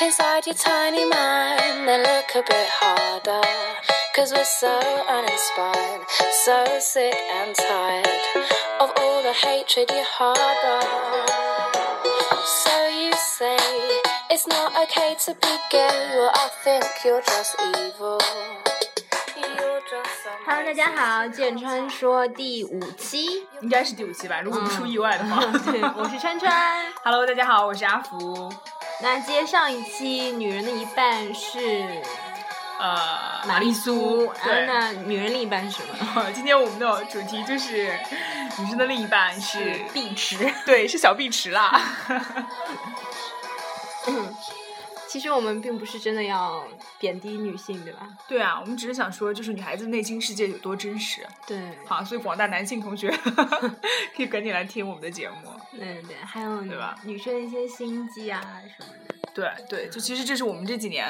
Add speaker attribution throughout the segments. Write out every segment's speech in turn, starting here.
Speaker 1: inside your tiny mind and look a bit harder. Cause we're so uninspired, so sick and tired of all the hatred you harbor. So you say it's not okay to be gay. Well, I think you're just evil. You're just some
Speaker 2: Hello，大家好，剑川说第五期，
Speaker 3: 应该是第五期吧，如果不出意外的 话。
Speaker 2: 对，我是川川。
Speaker 3: Hello，大家好，我是阿福。
Speaker 2: 那接上一期《女人的一半》是
Speaker 3: 呃，
Speaker 2: 玛丽苏，啊，
Speaker 3: 对。
Speaker 2: 那女人另一半是什 么？
Speaker 3: 今天我们的主题就是女生的另一半是，
Speaker 2: 碧池。
Speaker 3: 对，是小碧池啦。
Speaker 2: 嗯其实我们并不是真的要贬低女性，对吧？
Speaker 3: 对啊，我们只是想说，就是女孩子内心世界有多真实。
Speaker 2: 对，
Speaker 3: 好，所以广大男性同学 可以赶紧来听我们的节目。
Speaker 2: 对对，还有
Speaker 3: 对吧
Speaker 2: 女生的一些心机啊什么的。
Speaker 3: 对对，就其实这是我们这几年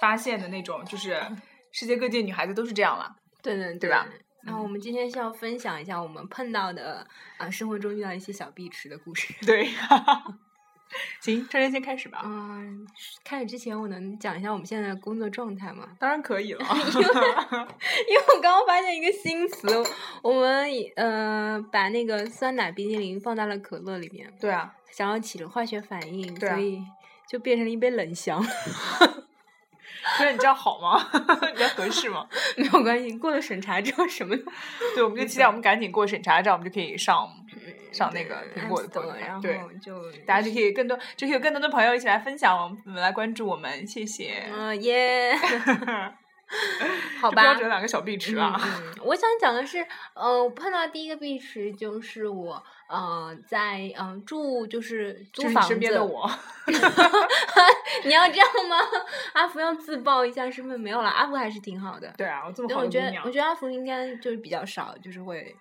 Speaker 3: 发现的那种，就是世界各地女孩子都是这样啦。
Speaker 2: 对对对嗯
Speaker 3: 对吧？
Speaker 2: 然后我们今天是要分享一下我们碰到的啊、呃生活中遇到一些小碧池的故事。
Speaker 3: 对。 行，这人先开始吧。
Speaker 2: 嗯，开始之前我能讲一下我们现在的工作状态吗？
Speaker 3: 当然可以了。
Speaker 2: 因为我刚刚发现一个新词，我们以呃把那个酸奶冰激凌放到了可乐里面，
Speaker 3: 对啊，
Speaker 2: 想要起了化学反应，
Speaker 3: 对啊
Speaker 2: 所以就变成了一杯冷香。
Speaker 3: 可是你这样好吗？ 你这样合适吗？
Speaker 2: 没有关系，过了审查之后什么都
Speaker 3: 对，我们就期待我们赶紧过审查，这样我们就可以上
Speaker 2: 嗯
Speaker 3: 上那个
Speaker 2: 对
Speaker 3: 苹果的
Speaker 2: App
Speaker 3: 播
Speaker 2: Store，然
Speaker 3: 客。
Speaker 2: 后
Speaker 3: 对，
Speaker 2: 就
Speaker 3: 大家就可以更多，就可以有更多的朋友一起来分享，我们来关注我们，谢谢。
Speaker 2: 嗯耶， 好
Speaker 3: 这
Speaker 2: 吧
Speaker 3: 标。准两个小壁池
Speaker 2: 嗯
Speaker 3: 啊，
Speaker 2: 嗯，我想讲的是，呃，我碰到第一个壁池就是我，呃，在嗯、呃住就是租
Speaker 3: 就是你
Speaker 2: 房子，
Speaker 3: 身边的我，
Speaker 2: 你要这样吗？阿福要自曝一下身份没有了，阿福还是挺好的。
Speaker 3: 对啊，我这么
Speaker 2: 对，
Speaker 3: 好
Speaker 2: 我
Speaker 3: 的
Speaker 2: 觉
Speaker 3: 姑
Speaker 2: 得我
Speaker 3: 娘，
Speaker 2: 觉得阿福应该就是比较少，就是会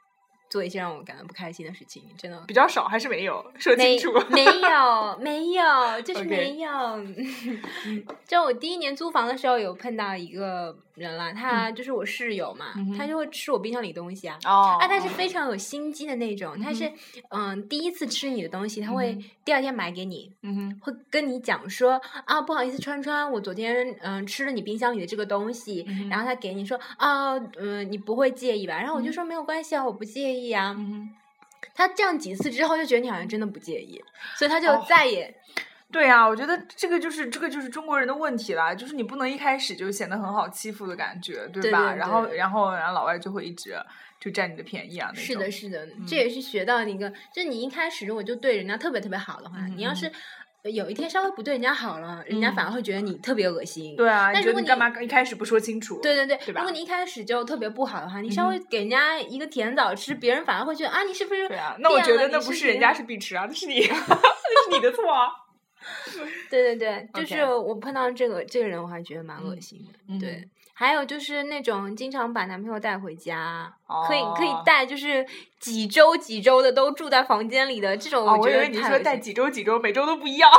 Speaker 2: 做一些让我感到不开心的事情，真的。
Speaker 3: 比较少还是没有说
Speaker 2: 没
Speaker 3: 清楚。
Speaker 2: 没有没 有，就是
Speaker 3: OK 嗯
Speaker 2: 没有。 就我第一年租房的时候，有碰到一个人啦，他就是我室友嘛，
Speaker 3: 嗯哼
Speaker 2: 他就会吃我冰箱里东西啊。
Speaker 3: 哦
Speaker 2: 啊，他是非常有心机的那种，他是嗯，第一次吃你的东西，他会
Speaker 3: 嗯
Speaker 2: 第二天买给你，
Speaker 3: 嗯哼，
Speaker 2: 会跟你讲说啊，不好意思，川川，我昨天嗯、吃了你冰箱里的这个东西，
Speaker 3: 嗯哼
Speaker 2: 然后他给你说啊，嗯、你不会介意吧？然后我就说没有关系啊，我不介意啊。
Speaker 3: 嗯哼，
Speaker 2: 他这样几次之后，就觉得你好像真的不介意，所以他就
Speaker 3: 哦
Speaker 2: 再也、
Speaker 3: 对啊，我觉得这个就是这个就是中国人的问题啦，就是你不能一开始就显得很好欺负的感觉，对
Speaker 2: 对
Speaker 3: 吧？
Speaker 2: 对
Speaker 3: 然后
Speaker 2: 对
Speaker 3: 然后然后老外就会一直就占你的便宜啊，那种。
Speaker 2: 是的，是的，这也是学到的一个，就你一开始如果就对人家特别特别好的话，
Speaker 3: 嗯
Speaker 2: 你要是有一天稍微不对人家好了，人家反而会觉得你特别恶心。
Speaker 3: 对啊，
Speaker 2: 但
Speaker 3: 你
Speaker 2: 如果
Speaker 3: 觉得
Speaker 2: 你
Speaker 3: 你干嘛一开始不说清楚？
Speaker 2: 对对对，
Speaker 3: 对
Speaker 2: 如
Speaker 3: 吧
Speaker 2: 果你一开始就特别不好的话，你稍
Speaker 3: 嗯哼
Speaker 2: 微给人家一个甜枣吃，别人反而会觉得啊，你是不是
Speaker 3: 对啊，那我
Speaker 2: 变
Speaker 3: 觉
Speaker 2: 了
Speaker 3: 得那
Speaker 2: 你
Speaker 3: 不是
Speaker 2: 谁
Speaker 3: 人家是碧池 啊，那是你， 那是你的错啊。
Speaker 2: 对对对，就
Speaker 3: OK
Speaker 2: 是我碰到这个这个人，我还觉得蛮恶
Speaker 3: 嗯
Speaker 2: 心的。
Speaker 3: 嗯
Speaker 2: 对，还有就是那种经常把男朋友带回家，可以可以
Speaker 3: 哦
Speaker 2: 带，就是几周几周的都住在房间里的这种，
Speaker 3: 哦，我
Speaker 2: 觉
Speaker 3: 以
Speaker 2: 得
Speaker 3: 为你
Speaker 2: 太
Speaker 3: 说
Speaker 2: 恶
Speaker 3: 带
Speaker 2: 心
Speaker 3: 几周几周，每周都不一样。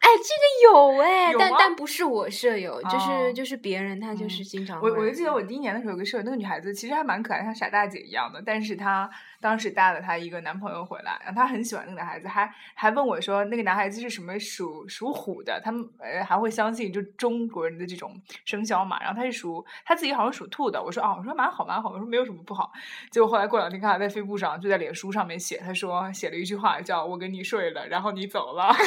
Speaker 2: 哎，这个有哎、
Speaker 3: 有
Speaker 2: 但
Speaker 3: 吗
Speaker 2: 但不是我舍友，就是、
Speaker 3: 哦
Speaker 2: 就是别人，他就是经常
Speaker 3: 我我
Speaker 2: 会
Speaker 3: 就记得我第一年的时候有个舍友，那个女孩子其实还蛮可爱，像傻大姐一样的。但是她当时带了她一个男朋友回来，然后她很喜欢那个男孩子，还还问我说那个男孩子是什么属属虎的，他们呃还会相信就中国人的这种生肖嘛。然后他是属他自己好像属兔的，我说哦，我说蛮好蛮好，我说没有什么不好。结果后来过两天看她在飞布上就在脸书上面写，她说写了一句话叫我跟你睡了，然后你走了。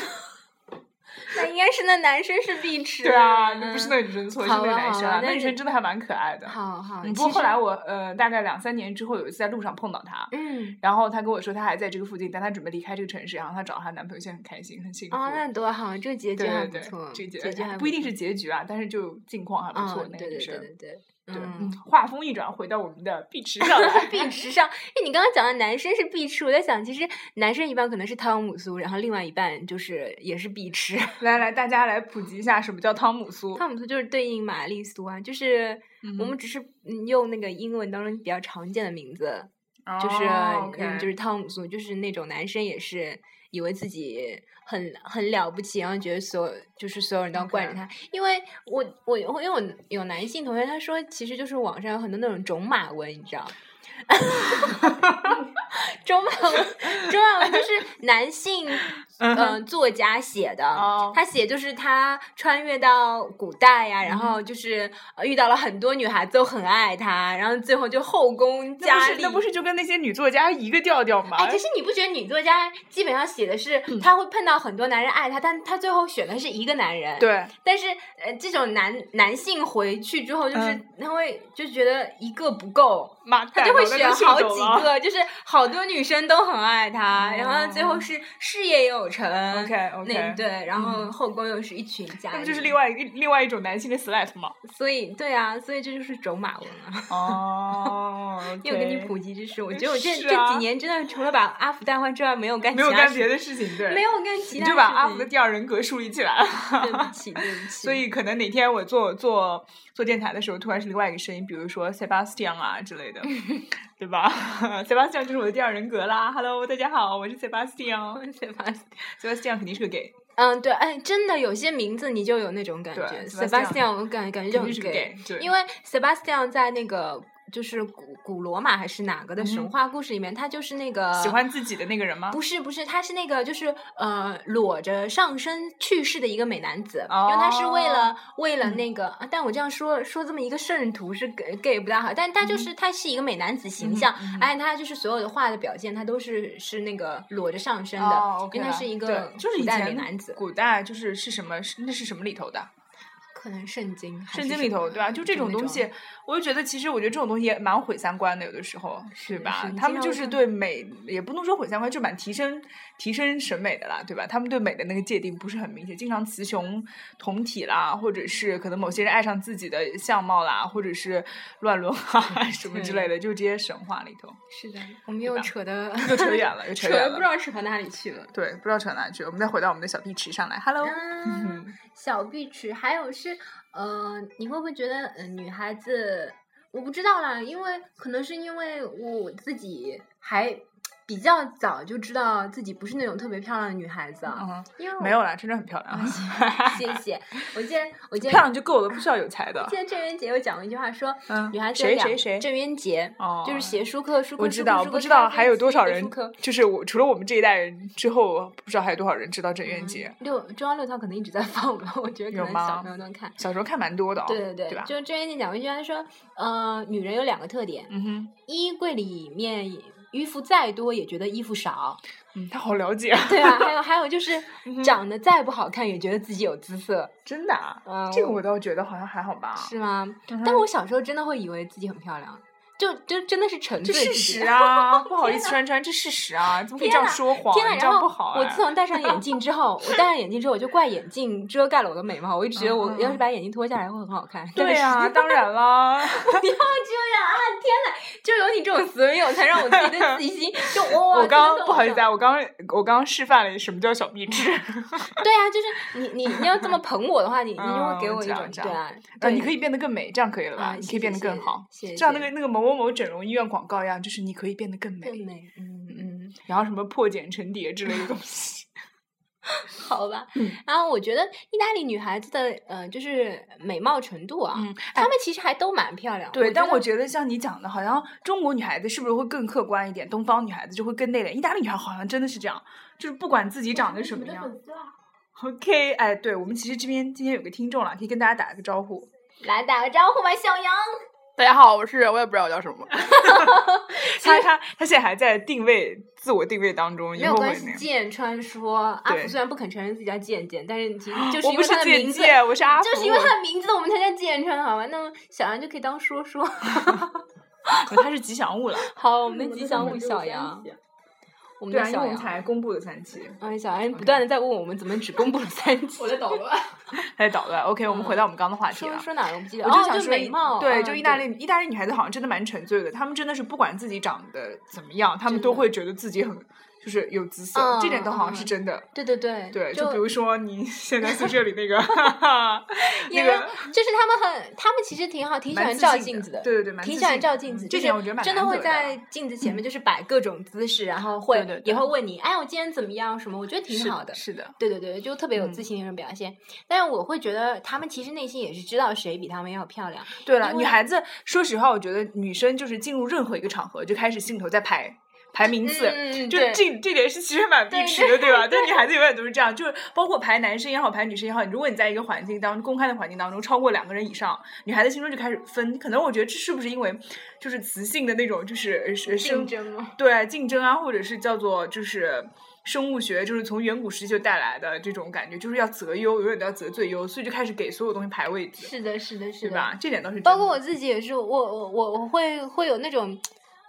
Speaker 2: 那应该是那男生是必吃，
Speaker 3: 对啊，那不是那个女生错，是
Speaker 2: 好
Speaker 3: 那个
Speaker 2: 了
Speaker 3: 男
Speaker 2: 好
Speaker 3: 生
Speaker 2: 了
Speaker 3: 啊，那
Speaker 2: 但
Speaker 3: 女
Speaker 2: 是
Speaker 3: 生真的还蛮可爱的。
Speaker 2: 好好，
Speaker 3: 嗯，不
Speaker 2: 啊
Speaker 3: 过
Speaker 2: 其
Speaker 3: 后
Speaker 2: 实
Speaker 3: 来我呃大概两三年之后有一次在路上碰到她，
Speaker 2: 嗯
Speaker 3: 然后她跟我说她还在这个附近，但她准备离开这个城市，然后她找她男朋友，现在很开心，很幸福。
Speaker 2: 哦，那多好，这个结局
Speaker 3: 对
Speaker 2: 还
Speaker 3: 对
Speaker 2: 不
Speaker 3: 对
Speaker 2: 错，，
Speaker 3: 这
Speaker 2: 结局还
Speaker 3: 不一定
Speaker 2: 错
Speaker 3: 是结局啊，但是就境况还不
Speaker 2: 嗯
Speaker 3: 错，那个
Speaker 2: 对对
Speaker 3: 女
Speaker 2: 对
Speaker 3: 生。
Speaker 2: 对对，
Speaker 3: 对，
Speaker 2: 嗯
Speaker 3: 嗯，，话锋一转，回到我 们的碧池上来。
Speaker 2: 必吃上，哎，你刚刚讲的男生是必吃，我在想，其实男生一半可能是汤姆苏，然后另外一半就是也是必吃。
Speaker 3: 来来，大家来普及一下什么叫汤姆苏。
Speaker 2: 汤姆苏就是对应玛丽苏啊，就是我
Speaker 3: 嗯
Speaker 2: 们只是嗯用那个英文当中比较常见的名字，就是、
Speaker 3: 哦
Speaker 2: 嗯，
Speaker 3: ，OK
Speaker 2: 就是汤姆苏，就是那种男生也是以为自己很很了不起，然后觉得所有就是所有人都要惯着
Speaker 3: OK
Speaker 2: 他。因为我我因为我有男性同学，他说其实就是网上有很多那种种马文，你 知道。种马文，种马文就是男性嗯、
Speaker 3: 嗯哼
Speaker 2: 作家写的。
Speaker 3: 哦
Speaker 2: 他写就是他穿越到古代呀，
Speaker 3: 嗯
Speaker 2: 然后就是呃遇到了很多女孩子都很爱他，然后最后就后宫
Speaker 3: 那不
Speaker 2: 佳
Speaker 3: 是
Speaker 2: 丽。
Speaker 3: 那不是就跟那些女作家一个调调吗？
Speaker 2: 哎，可是你不觉得女作家基本上写的是
Speaker 3: 嗯
Speaker 2: 她会碰到很多男人爱她，但她最后选的是一个男人。。
Speaker 3: 对，
Speaker 2: 但是呃，这种男男性回去之后，就是
Speaker 3: 嗯
Speaker 2: 他会就觉得一个不够，
Speaker 3: 妈
Speaker 2: 他
Speaker 3: 蛋
Speaker 2: 就会
Speaker 3: 我都
Speaker 2: 选
Speaker 3: 被训
Speaker 2: 好
Speaker 3: 走了
Speaker 2: 几个，就是好多女生都很爱他，然后最后
Speaker 3: 哦
Speaker 2: 是事业也有成。
Speaker 3: OK OK，
Speaker 2: 那对，然后
Speaker 3: 嗯
Speaker 2: 后宫又是一群家，
Speaker 3: 那不就是另，外一个另外一种男性的 slut 吗？
Speaker 2: 所以对啊，所以这就是走马文啊。
Speaker 3: 哦，
Speaker 2: 又给你
Speaker 3: OK
Speaker 2: 普及知识，我觉得我这、
Speaker 3: 是
Speaker 2: 这
Speaker 3: 啊
Speaker 2: 几年真的除了把阿福带坏之外，没有干
Speaker 3: 没
Speaker 2: 其
Speaker 3: 有
Speaker 2: 他
Speaker 3: 干
Speaker 2: 事，
Speaker 3: 别的事情，对，
Speaker 2: 没有干其
Speaker 3: 你
Speaker 2: 他事情，
Speaker 3: 就把阿福的第二人格树立 起来了。
Speaker 2: 对不起，对不起，
Speaker 3: 所以可能哪天我做做做电台的时候，突然是另外一个声音，比如说 Sebastian 啊 之类的，对吧 ？Sebastian 就是我的第二人格啦。Hello，大家好，我是 Sebastian。
Speaker 2: 对吧？
Speaker 3: Sebastian 肯定是个 gay，
Speaker 2: 嗯，对，哎，真的有些名字你就有那种感
Speaker 3: 对
Speaker 2: 觉
Speaker 3: ，Sebastian
Speaker 2: ，Sebastian，我感感觉就
Speaker 3: 肯
Speaker 2: 很
Speaker 3: 定是个
Speaker 2: gay，
Speaker 3: gay，对，
Speaker 2: 因
Speaker 3: 为
Speaker 2: 为 Sebastian 在那个就是古古罗马还是哪个的神
Speaker 3: 嗯
Speaker 2: 话故事里面，他就是那个
Speaker 3: 呃喜欢自己的那个人吗？
Speaker 2: 不是不是，他是那个就是呃裸着上身去世的一个美男子，因为他是为了
Speaker 3: 哦
Speaker 2: 为了
Speaker 3: 嗯
Speaker 2: 那个，啊但我这样说说这么一个圣徒是 gay gay 不大好，但他就是、他是一个美男子形象，
Speaker 3: 嗯嗯
Speaker 2: 而且他就是所有的画的表现，他都是是那个裸着上身的，
Speaker 3: 哦，OK
Speaker 2: 因为
Speaker 3: 啦
Speaker 2: 他是一个
Speaker 3: 对就是
Speaker 2: 古
Speaker 3: 以
Speaker 2: 代
Speaker 3: 前
Speaker 2: 美男子，
Speaker 3: 古代就是是什么？是那是什么里头的？
Speaker 2: 可能圣经还
Speaker 3: 圣
Speaker 2: 是
Speaker 3: 经
Speaker 2: 什
Speaker 3: 里
Speaker 2: 么
Speaker 3: 头，对啊，就这种
Speaker 2: 那
Speaker 3: 东西，我就觉得其实我觉得这种东西也蛮毁三观的，有的时候，
Speaker 2: 是
Speaker 3: 对
Speaker 2: 的
Speaker 3: 吧
Speaker 2: 是的？
Speaker 3: 他
Speaker 2: 经常
Speaker 3: 们就
Speaker 2: 会
Speaker 3: 是
Speaker 2: 看
Speaker 3: 对美，也不能说毁三观，就蛮提升提升审美的啦，对吧？他们对美的那个界定不是很明显，经常雌雄同体啦，或者是可能某些人爱上自己的相貌啦，或者是乱伦 啊什么之类的，就这些神话里头，
Speaker 2: 是的，我们又
Speaker 3: 吧
Speaker 2: 扯的
Speaker 3: 又扯远了，又
Speaker 2: 扯
Speaker 3: 扯远
Speaker 2: 得不知
Speaker 3: 了。
Speaker 2: 道扯到哪里去了。
Speaker 3: 对，不知道扯哪去，我们再回到我们的小碧池上来。Hello，
Speaker 2: 啊，小碧池，还有是，呃，你会不会觉得，嗯、女孩子，我不知道啦，因为可能是因为我自己还比较早就知道自己不是那种特别漂亮的女孩子啊，
Speaker 3: 嗯，
Speaker 2: 因为我
Speaker 3: 没有啦，真的很漂
Speaker 2: 嗯
Speaker 3: 亮，
Speaker 2: 谢谢，我记得，我记
Speaker 3: 漂
Speaker 2: 得，
Speaker 3: 亮就够了，不需要有才的
Speaker 2: 记。得郑渊洁有讲过一句话说，
Speaker 3: 嗯，
Speaker 2: 女孩子有
Speaker 3: 谁
Speaker 2: 两
Speaker 3: 谁谁
Speaker 2: 郑渊洁。
Speaker 3: 哦，
Speaker 2: 就是写舒克，舒克，
Speaker 3: 我
Speaker 2: 舒
Speaker 3: 知
Speaker 2: 克
Speaker 3: 道，
Speaker 2: 舒
Speaker 3: 不
Speaker 2: 克
Speaker 3: 知
Speaker 2: 开
Speaker 3: 道
Speaker 2: 飞
Speaker 3: 还有多
Speaker 2: 机的
Speaker 3: 少人
Speaker 2: 舒克，
Speaker 3: 就是我除了我们这一代人之后，不知道还有多少人知道郑渊洁。
Speaker 2: 嗯六中央六套可能一直在放吧，我觉得可
Speaker 3: 有
Speaker 2: 能
Speaker 3: 吗
Speaker 2: 小朋友能看。
Speaker 3: 小时候看蛮多的、哦，
Speaker 2: 对对对，
Speaker 3: 对吧？
Speaker 2: 就是郑渊洁讲过一句话，他说，呃，女人有两个特点，
Speaker 3: 嗯哼，
Speaker 2: 衣柜里面衣服再多也觉得衣服少，
Speaker 3: 嗯，他好了解啊，
Speaker 2: 对啊，还有还有就是
Speaker 3: 嗯哼
Speaker 2: 长得再不好看也觉得自己有姿色，
Speaker 3: 真的、啊
Speaker 2: 嗯
Speaker 3: 这个我倒觉得好像还好吧，
Speaker 2: 是吗？
Speaker 3: 嗯哼
Speaker 2: 但我小时候真的会以为自己很漂亮，就就真的是沉
Speaker 3: 这
Speaker 2: 醉
Speaker 3: 事
Speaker 2: 自己
Speaker 3: 实。 啊，不好意思，川川，这事实啊，怎么可以这样
Speaker 2: 天哪
Speaker 3: 说谎？
Speaker 2: 天哪！
Speaker 3: 这
Speaker 2: 然
Speaker 3: 样
Speaker 2: 后
Speaker 3: 不好、啊。
Speaker 2: 我自从戴上眼镜之后，我戴上眼镜之后，我就怪眼镜遮盖了我的美貌。我一直觉得我
Speaker 3: 嗯嗯
Speaker 2: 要是把眼镜脱下来会很好看。但
Speaker 3: 对
Speaker 2: 是
Speaker 3: 啊，当然 啦，
Speaker 2: 不要这样啊！天哪，就有你这种损友，才让我自己的自信心就哇！
Speaker 3: 我刚
Speaker 2: 真的
Speaker 3: 不好意思
Speaker 2: 往
Speaker 3: 啊，我刚我刚示范了什么叫小壁 纸，
Speaker 2: 上。对啊，就是你你你要这么捧我的话，你你就会
Speaker 3: 嗯
Speaker 2: 给
Speaker 3: 我
Speaker 2: 我一
Speaker 3: 知道
Speaker 2: 种
Speaker 3: 我知
Speaker 2: 对啊，
Speaker 3: 啊，
Speaker 2: 对
Speaker 3: 你可以变得更美，这样可以了吧？
Speaker 2: 啊
Speaker 3: 你
Speaker 2: 谢
Speaker 3: 可以变得
Speaker 2: 谢
Speaker 3: 更
Speaker 2: 谢
Speaker 3: 好，
Speaker 2: 谢
Speaker 3: 就像
Speaker 2: 谢
Speaker 3: 那个那个某某某整容医院广告一样，就是你可以变得更美，
Speaker 2: 更美，嗯嗯，
Speaker 3: 然后什么破茧成蝶之类的东 西。
Speaker 2: 好吧
Speaker 3: 嗯。
Speaker 2: 然后我觉得意大利女孩子的呃，就是美貌程度啊，
Speaker 3: 嗯
Speaker 2: 她们其实还都蛮漂亮。
Speaker 3: 对，但我
Speaker 2: 觉
Speaker 3: 觉得像你讲的，好像中国女孩子是不是会更客观一点，东方女孩子就会更内敛，意大利女孩好像真的是这样，就是不管自己长得什么样。OK，哎，对我们其实这边今天有个听众了，可以跟大家打个招呼。
Speaker 2: 得来打个招呼吧，小杨。
Speaker 4: 大家好，我是我也不知道我叫什 么，
Speaker 3: 他他他现在还在定位自我定位当中，以
Speaker 2: 没有
Speaker 3: 后会
Speaker 2: 关系
Speaker 3: 那，样。
Speaker 2: 剑川说阿
Speaker 3: 对
Speaker 2: 福虽然不肯承认自己叫剑剑，但是其实就是
Speaker 3: 我
Speaker 2: 因
Speaker 3: 不
Speaker 2: 为
Speaker 3: 是
Speaker 2: 他的
Speaker 3: 姐
Speaker 2: 名字，
Speaker 3: 姐，我是阿福。
Speaker 2: 就是因 为他的名字，我们才叫剑川，好吧？那么小杨就可以当说说。
Speaker 3: 哦他是吉祥物了。
Speaker 2: 好， 我们的吉祥物小杨，我们的
Speaker 3: 对啊，因为
Speaker 2: 小
Speaker 3: 我们
Speaker 2: 杨。
Speaker 3: 才公布了三期，
Speaker 2: 嗯，小杨不断的在问我们怎么只公布了三集，
Speaker 4: 我在捣乱。
Speaker 3: 他在捣乱。OK，我们回到我们刚刚的话题
Speaker 2: 嗯 说
Speaker 3: 了。
Speaker 2: 说哪儿我不记得，
Speaker 3: 我就
Speaker 2: 哦
Speaker 3: 想说
Speaker 2: 美貌，
Speaker 3: 对，
Speaker 2: 嗯
Speaker 3: 就意大利、意大利女孩子好像真的蛮沉醉的，她们真的是不管自己长得怎么样，她们
Speaker 2: 真
Speaker 3: 都
Speaker 2: 的
Speaker 3: 会觉得自己很就是有姿色，这点都好像是
Speaker 2: 嗯嗯
Speaker 3: 真的。
Speaker 2: 对对对
Speaker 3: 对，
Speaker 2: 就
Speaker 3: 就比如说 你现在宿舍里那个，那
Speaker 2: 因为
Speaker 3: 个
Speaker 2: 就是他们很，他们其实挺 好，挺喜
Speaker 3: 蛮
Speaker 2: 欢
Speaker 3: 自
Speaker 2: 照
Speaker 3: 信
Speaker 2: 镜子
Speaker 3: 的，对对对，蛮
Speaker 2: 挺
Speaker 3: 自
Speaker 2: 喜欢
Speaker 3: 信
Speaker 2: 照
Speaker 3: 的
Speaker 2: 镜
Speaker 3: 嗯
Speaker 2: 子，
Speaker 3: 这
Speaker 2: 就是
Speaker 3: 点我觉得蛮
Speaker 2: 真的
Speaker 3: 难
Speaker 2: 会
Speaker 3: 得啊
Speaker 2: 在镜子前面就是摆各种姿势，然后会
Speaker 3: 对对对
Speaker 2: 也会问你，哎，我今天怎么样什么？我觉得挺
Speaker 3: 是
Speaker 2: 好的。
Speaker 3: 是的，
Speaker 2: 对对对，就特别有自
Speaker 3: 嗯
Speaker 2: 信的一种表现。但是我会觉得他们其实内心也是知道谁比他们要漂亮。
Speaker 3: 对了，
Speaker 2: 因
Speaker 3: 女
Speaker 2: 为
Speaker 3: 孩子，说实话，我觉得女生就是进入任何一个场合就开始心里头在排排名次。
Speaker 2: 嗯，
Speaker 3: 就
Speaker 2: 对
Speaker 3: 这这点是其实蛮必
Speaker 2: 对
Speaker 3: 吃的，对吧？对女孩子永远都是这样，就是包括排男生也好，排女生也好，如果你在一个环境当中，公开的环境当中超过两个人以上，女孩子心中就开始分。可能我觉得这是不是因为就是雌性的那种就是是
Speaker 2: 竞
Speaker 3: 生
Speaker 2: 争嘛，
Speaker 3: 对竞争啊，或者是叫做就是。生物学就是从远古时期就带来的这种感觉，就是要择优，永远都要择最优，所以就开始给所有东西排位置，
Speaker 2: 是的，是的，是
Speaker 3: 对
Speaker 2: 的。
Speaker 3: 吧？这点倒是真
Speaker 2: 包括
Speaker 3: 的
Speaker 2: 我自己也是，我我我我会会有那种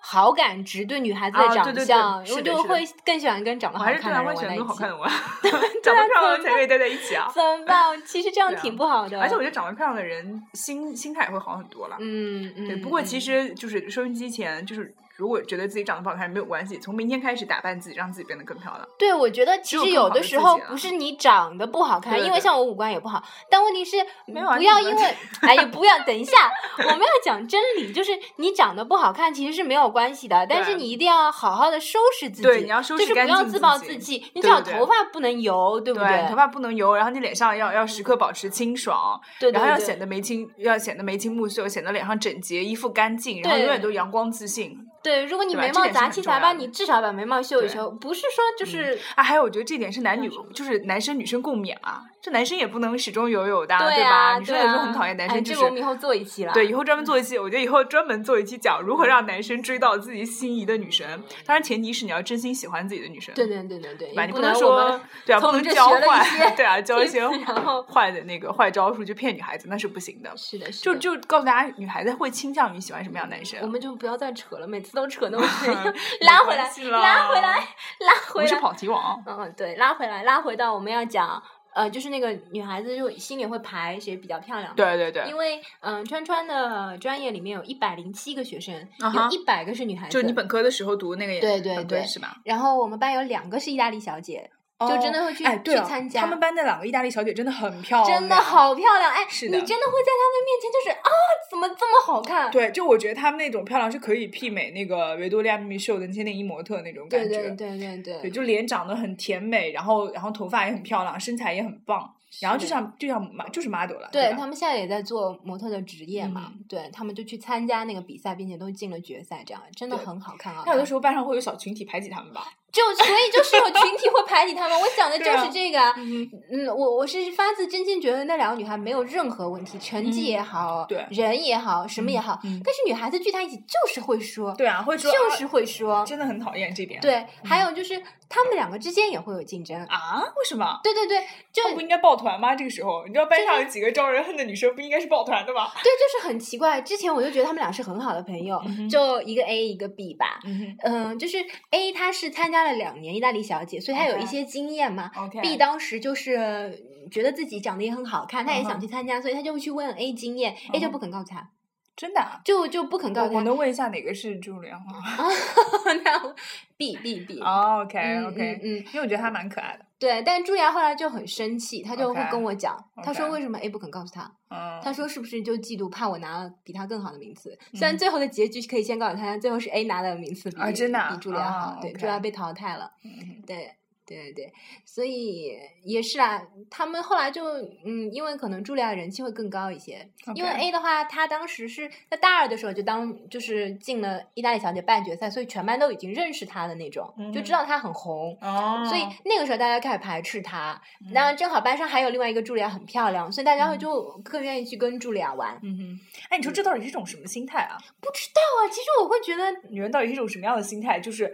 Speaker 2: 好感值对女孩子的
Speaker 3: 啊对
Speaker 2: 长
Speaker 3: 对对
Speaker 2: 相，
Speaker 3: 是
Speaker 2: 我
Speaker 3: 的
Speaker 2: 就是
Speaker 3: 的
Speaker 2: 会更喜欢跟长得
Speaker 3: 我
Speaker 2: 好
Speaker 3: 还是
Speaker 2: 看
Speaker 3: 对
Speaker 2: 的
Speaker 3: 男
Speaker 2: 人
Speaker 3: 会
Speaker 2: 玩
Speaker 3: 喜
Speaker 2: 在一
Speaker 3: 欢
Speaker 2: 起啊
Speaker 3: 跟好看。的玩， 长得漂亮才可以待在一起啊。
Speaker 2: 怎么办？其实这样
Speaker 3: 对啊
Speaker 2: 挺不好的。
Speaker 3: 而且我觉得长得漂亮的人心心态会好很多了。
Speaker 2: 嗯嗯，
Speaker 3: 对，不过其
Speaker 2: 嗯
Speaker 3: 实就是收音机前，就是如果觉得自己长得不好看没有关系，从明天开始打扮自己，让自己变得更漂亮。
Speaker 2: 对，我觉得其实
Speaker 3: 有更
Speaker 2: 有
Speaker 3: 好
Speaker 2: 的
Speaker 3: 的
Speaker 2: 时
Speaker 3: 自
Speaker 2: 候
Speaker 3: 己啊
Speaker 2: 不是你长得不好看，
Speaker 3: 对
Speaker 2: 因为
Speaker 3: 对
Speaker 2: 像我五官也不好，但问题是
Speaker 3: 没有啊
Speaker 2: 不
Speaker 3: 你
Speaker 2: 要
Speaker 3: 们
Speaker 2: 因 为哎呀不要，等一下，我们要讲真理，就是你长得不好看其实是没有关系的，但是
Speaker 3: 对
Speaker 2: 你一定要好好的收拾自己，
Speaker 3: 对你要收
Speaker 2: 就
Speaker 3: 拾
Speaker 2: 是不
Speaker 3: 干
Speaker 2: 要
Speaker 3: 净
Speaker 2: 自
Speaker 3: 自
Speaker 2: 暴
Speaker 3: 己
Speaker 2: 自弃，你
Speaker 3: 对
Speaker 2: 至少
Speaker 3: 对
Speaker 2: 头发不能油，对不对？
Speaker 3: 头发不能油，然后你脸上要要时刻保持清爽，
Speaker 2: 对对
Speaker 3: 然后要
Speaker 2: 对
Speaker 3: 显得眉清，要显得眉清目秀，显得脸上整洁，衣服干净，然后
Speaker 2: 对
Speaker 3: 永远都阳光自信。
Speaker 2: 对，如果你
Speaker 3: 对吧
Speaker 2: 眉
Speaker 3: 这
Speaker 2: 毛
Speaker 3: 点是
Speaker 2: 杂
Speaker 3: 很
Speaker 2: 七
Speaker 3: 重
Speaker 2: 杂
Speaker 3: 要
Speaker 2: 八，
Speaker 3: 的
Speaker 2: 你至少把眉毛修一
Speaker 3: 对
Speaker 2: 修，不是说就是、
Speaker 3: 啊，还有我觉得这点是男女
Speaker 2: 那是，
Speaker 3: 就是男生女生共勉啊，这男生也不能始终油油的啊，
Speaker 2: 对
Speaker 3: 吧？
Speaker 2: 啊，
Speaker 3: 女生
Speaker 2: 对
Speaker 3: 有时候
Speaker 2: 啊
Speaker 3: 很讨厌男
Speaker 2: 哎
Speaker 3: 生，就
Speaker 2: 这
Speaker 3: 是
Speaker 2: 个我们以后做一期了，
Speaker 3: 对，以后专门做一期，我觉得以后专门做一期讲如何让男生追到自己心仪的女神。当然，前提是你要真心喜欢自己的女神，
Speaker 2: 对对对对对，
Speaker 3: 对吧？
Speaker 2: 也
Speaker 3: 你
Speaker 2: 不
Speaker 3: 能
Speaker 2: 我们
Speaker 3: 说对啊，
Speaker 2: 从我
Speaker 3: 不
Speaker 2: 们
Speaker 3: 能
Speaker 2: 这
Speaker 3: 教
Speaker 2: 学了一些
Speaker 3: 坏，对啊，教一
Speaker 2: 知
Speaker 3: 些
Speaker 2: 识然后
Speaker 3: 坏的那个坏招数去骗女孩子，那是不行的。
Speaker 2: 是的，是
Speaker 3: 就
Speaker 2: 的
Speaker 3: 就告诉大家，女孩子会倾向于喜欢什么样的男生。
Speaker 2: 我
Speaker 3: 我
Speaker 2: 们就不要再扯了，每次都扯 那么远
Speaker 3: 没
Speaker 2: 拉回
Speaker 3: 关
Speaker 2: 来，
Speaker 3: 系啦
Speaker 2: 拉回来，拉回
Speaker 3: 们是
Speaker 2: 来。
Speaker 3: 跑题王，
Speaker 2: 嗯，对，拉回来，拉回到我们要讲，呃，就是那个女孩子就心里会排谁比较漂亮嘛。
Speaker 3: 对对对
Speaker 2: 因，为嗯、呃川川的专业里面有一百零七个学生，
Speaker 3: 啊哈
Speaker 2: 有一百个是女孩子。
Speaker 3: 就你本科的时候读那个也
Speaker 2: 对对
Speaker 3: 本科
Speaker 2: 对
Speaker 3: 是吧？
Speaker 2: 然后我们班有两个是意大利小姐，就真的会去、
Speaker 3: 哎对
Speaker 2: 去
Speaker 3: 了
Speaker 2: 参加。
Speaker 3: 他们班那两个意大利小姐真的很漂亮，
Speaker 2: 真的好漂亮，哎，
Speaker 3: 是
Speaker 2: 你
Speaker 3: 的
Speaker 2: 真的会在她们面前就是啊，怎么这么好看？
Speaker 3: 对，就我觉得她们那种漂亮是可以媲美那个维多利亚秘密秀的那些内衣模特那种感
Speaker 2: 对
Speaker 3: 觉。
Speaker 2: 对对对
Speaker 3: 对
Speaker 2: 对，
Speaker 3: 就脸长得很甜美，然后然后头发也很漂亮，身材也很棒，然后就像就像马就是 model 了，
Speaker 2: 对
Speaker 3: 吧嗯
Speaker 2: 他们现在也在做模特的职业嘛，对他们就去参加那个比赛，并且都进了决赛，这样真的
Speaker 3: 对
Speaker 2: 很好看啊！
Speaker 3: 那有的时候班上会有小群体排挤他们吧？
Speaker 2: 就所以就是有群体会排挤他们，我想的就
Speaker 3: 对啊
Speaker 2: 是这个啊。
Speaker 3: 嗯，
Speaker 2: 嗯，我我是发自真心觉得那两个女孩没有任何问题，成绩也好，
Speaker 3: 嗯对
Speaker 2: 人也好，什么也好，
Speaker 3: 嗯嗯
Speaker 2: 但是女孩子聚在一起就是会说，
Speaker 3: 对啊，会说
Speaker 2: 就是
Speaker 3: 啊
Speaker 2: 会说，
Speaker 3: 真的很讨厌这点。
Speaker 2: 对，还有就是她们两个之间也会有竞争，
Speaker 3: 啊，为什么？
Speaker 2: 对对对，就
Speaker 3: 他们不应该抱团吗？这个时候，你知道班上有几个招人恨的女生，不应该是抱团的吗？
Speaker 2: 对，就是很奇怪。之前我就觉得他们俩是很好的朋友，
Speaker 3: 嗯哼
Speaker 2: 就一个 A 一个 B 吧。
Speaker 3: 嗯
Speaker 2: 嗯，就是 A 她是参加了两年意大利小姐，所以她有一
Speaker 3: OK
Speaker 2: 些经验嘛。
Speaker 3: ，OK。
Speaker 2: B 当时就是嗯觉得自己长得也很好看，她也
Speaker 3: 嗯
Speaker 2: 想
Speaker 3: 哼
Speaker 2: 去参加，所以她就去问 A 经验，A 就
Speaker 3: 嗯
Speaker 2: 不肯告诉她，
Speaker 3: 真的啊，
Speaker 2: 就就不肯告
Speaker 3: 我
Speaker 2: 诉
Speaker 3: 我
Speaker 2: 她。
Speaker 3: 能问一下哪个是朱莲吗
Speaker 2: 然后 B B B，
Speaker 3: 哦？OK
Speaker 2: 嗯
Speaker 3: OK，
Speaker 2: 嗯嗯，
Speaker 3: 因为我觉得她蛮可爱的。
Speaker 2: 对。但朱莉娅后来就很生气，她就会
Speaker 3: OK，
Speaker 2: 跟我讲，她说
Speaker 3: OK
Speaker 2: 为什么 A 不肯告诉她？
Speaker 3: 嗯，
Speaker 2: 他说是不是就嫉妒，怕我拿了比他更好的名次？虽然最后的结局可以先告诉他，最后是 A 拿的名次比、
Speaker 3: 啊真的啊
Speaker 2: 比朱莉娅好，
Speaker 3: 啊
Speaker 2: 对，
Speaker 3: ，OK
Speaker 2: 朱莉娅被淘汰了，
Speaker 3: 嗯
Speaker 2: 对。对对对，所以也是啊，他们后来就嗯，因为可能茱莉亚人气会更高一些
Speaker 3: OK
Speaker 2: 因为 A 的话，她当时是在大二的时候就当就是进了意大利小姐半决赛，所以全班都已经认识她的那种，
Speaker 3: 嗯
Speaker 2: 就知道她很红，
Speaker 3: 哦，
Speaker 2: 所以那个时候大家开始排斥她。那正好班上还有另外一个茱莉亚很漂亮，所以大家会
Speaker 3: 嗯
Speaker 2: 就更愿意去跟茱莉亚玩。
Speaker 3: 嗯哼，哎，你说这到底是一种什么心态啊？
Speaker 2: 不知道啊，其实我会觉得，
Speaker 3: 女人到底是一种什么样的心态？就是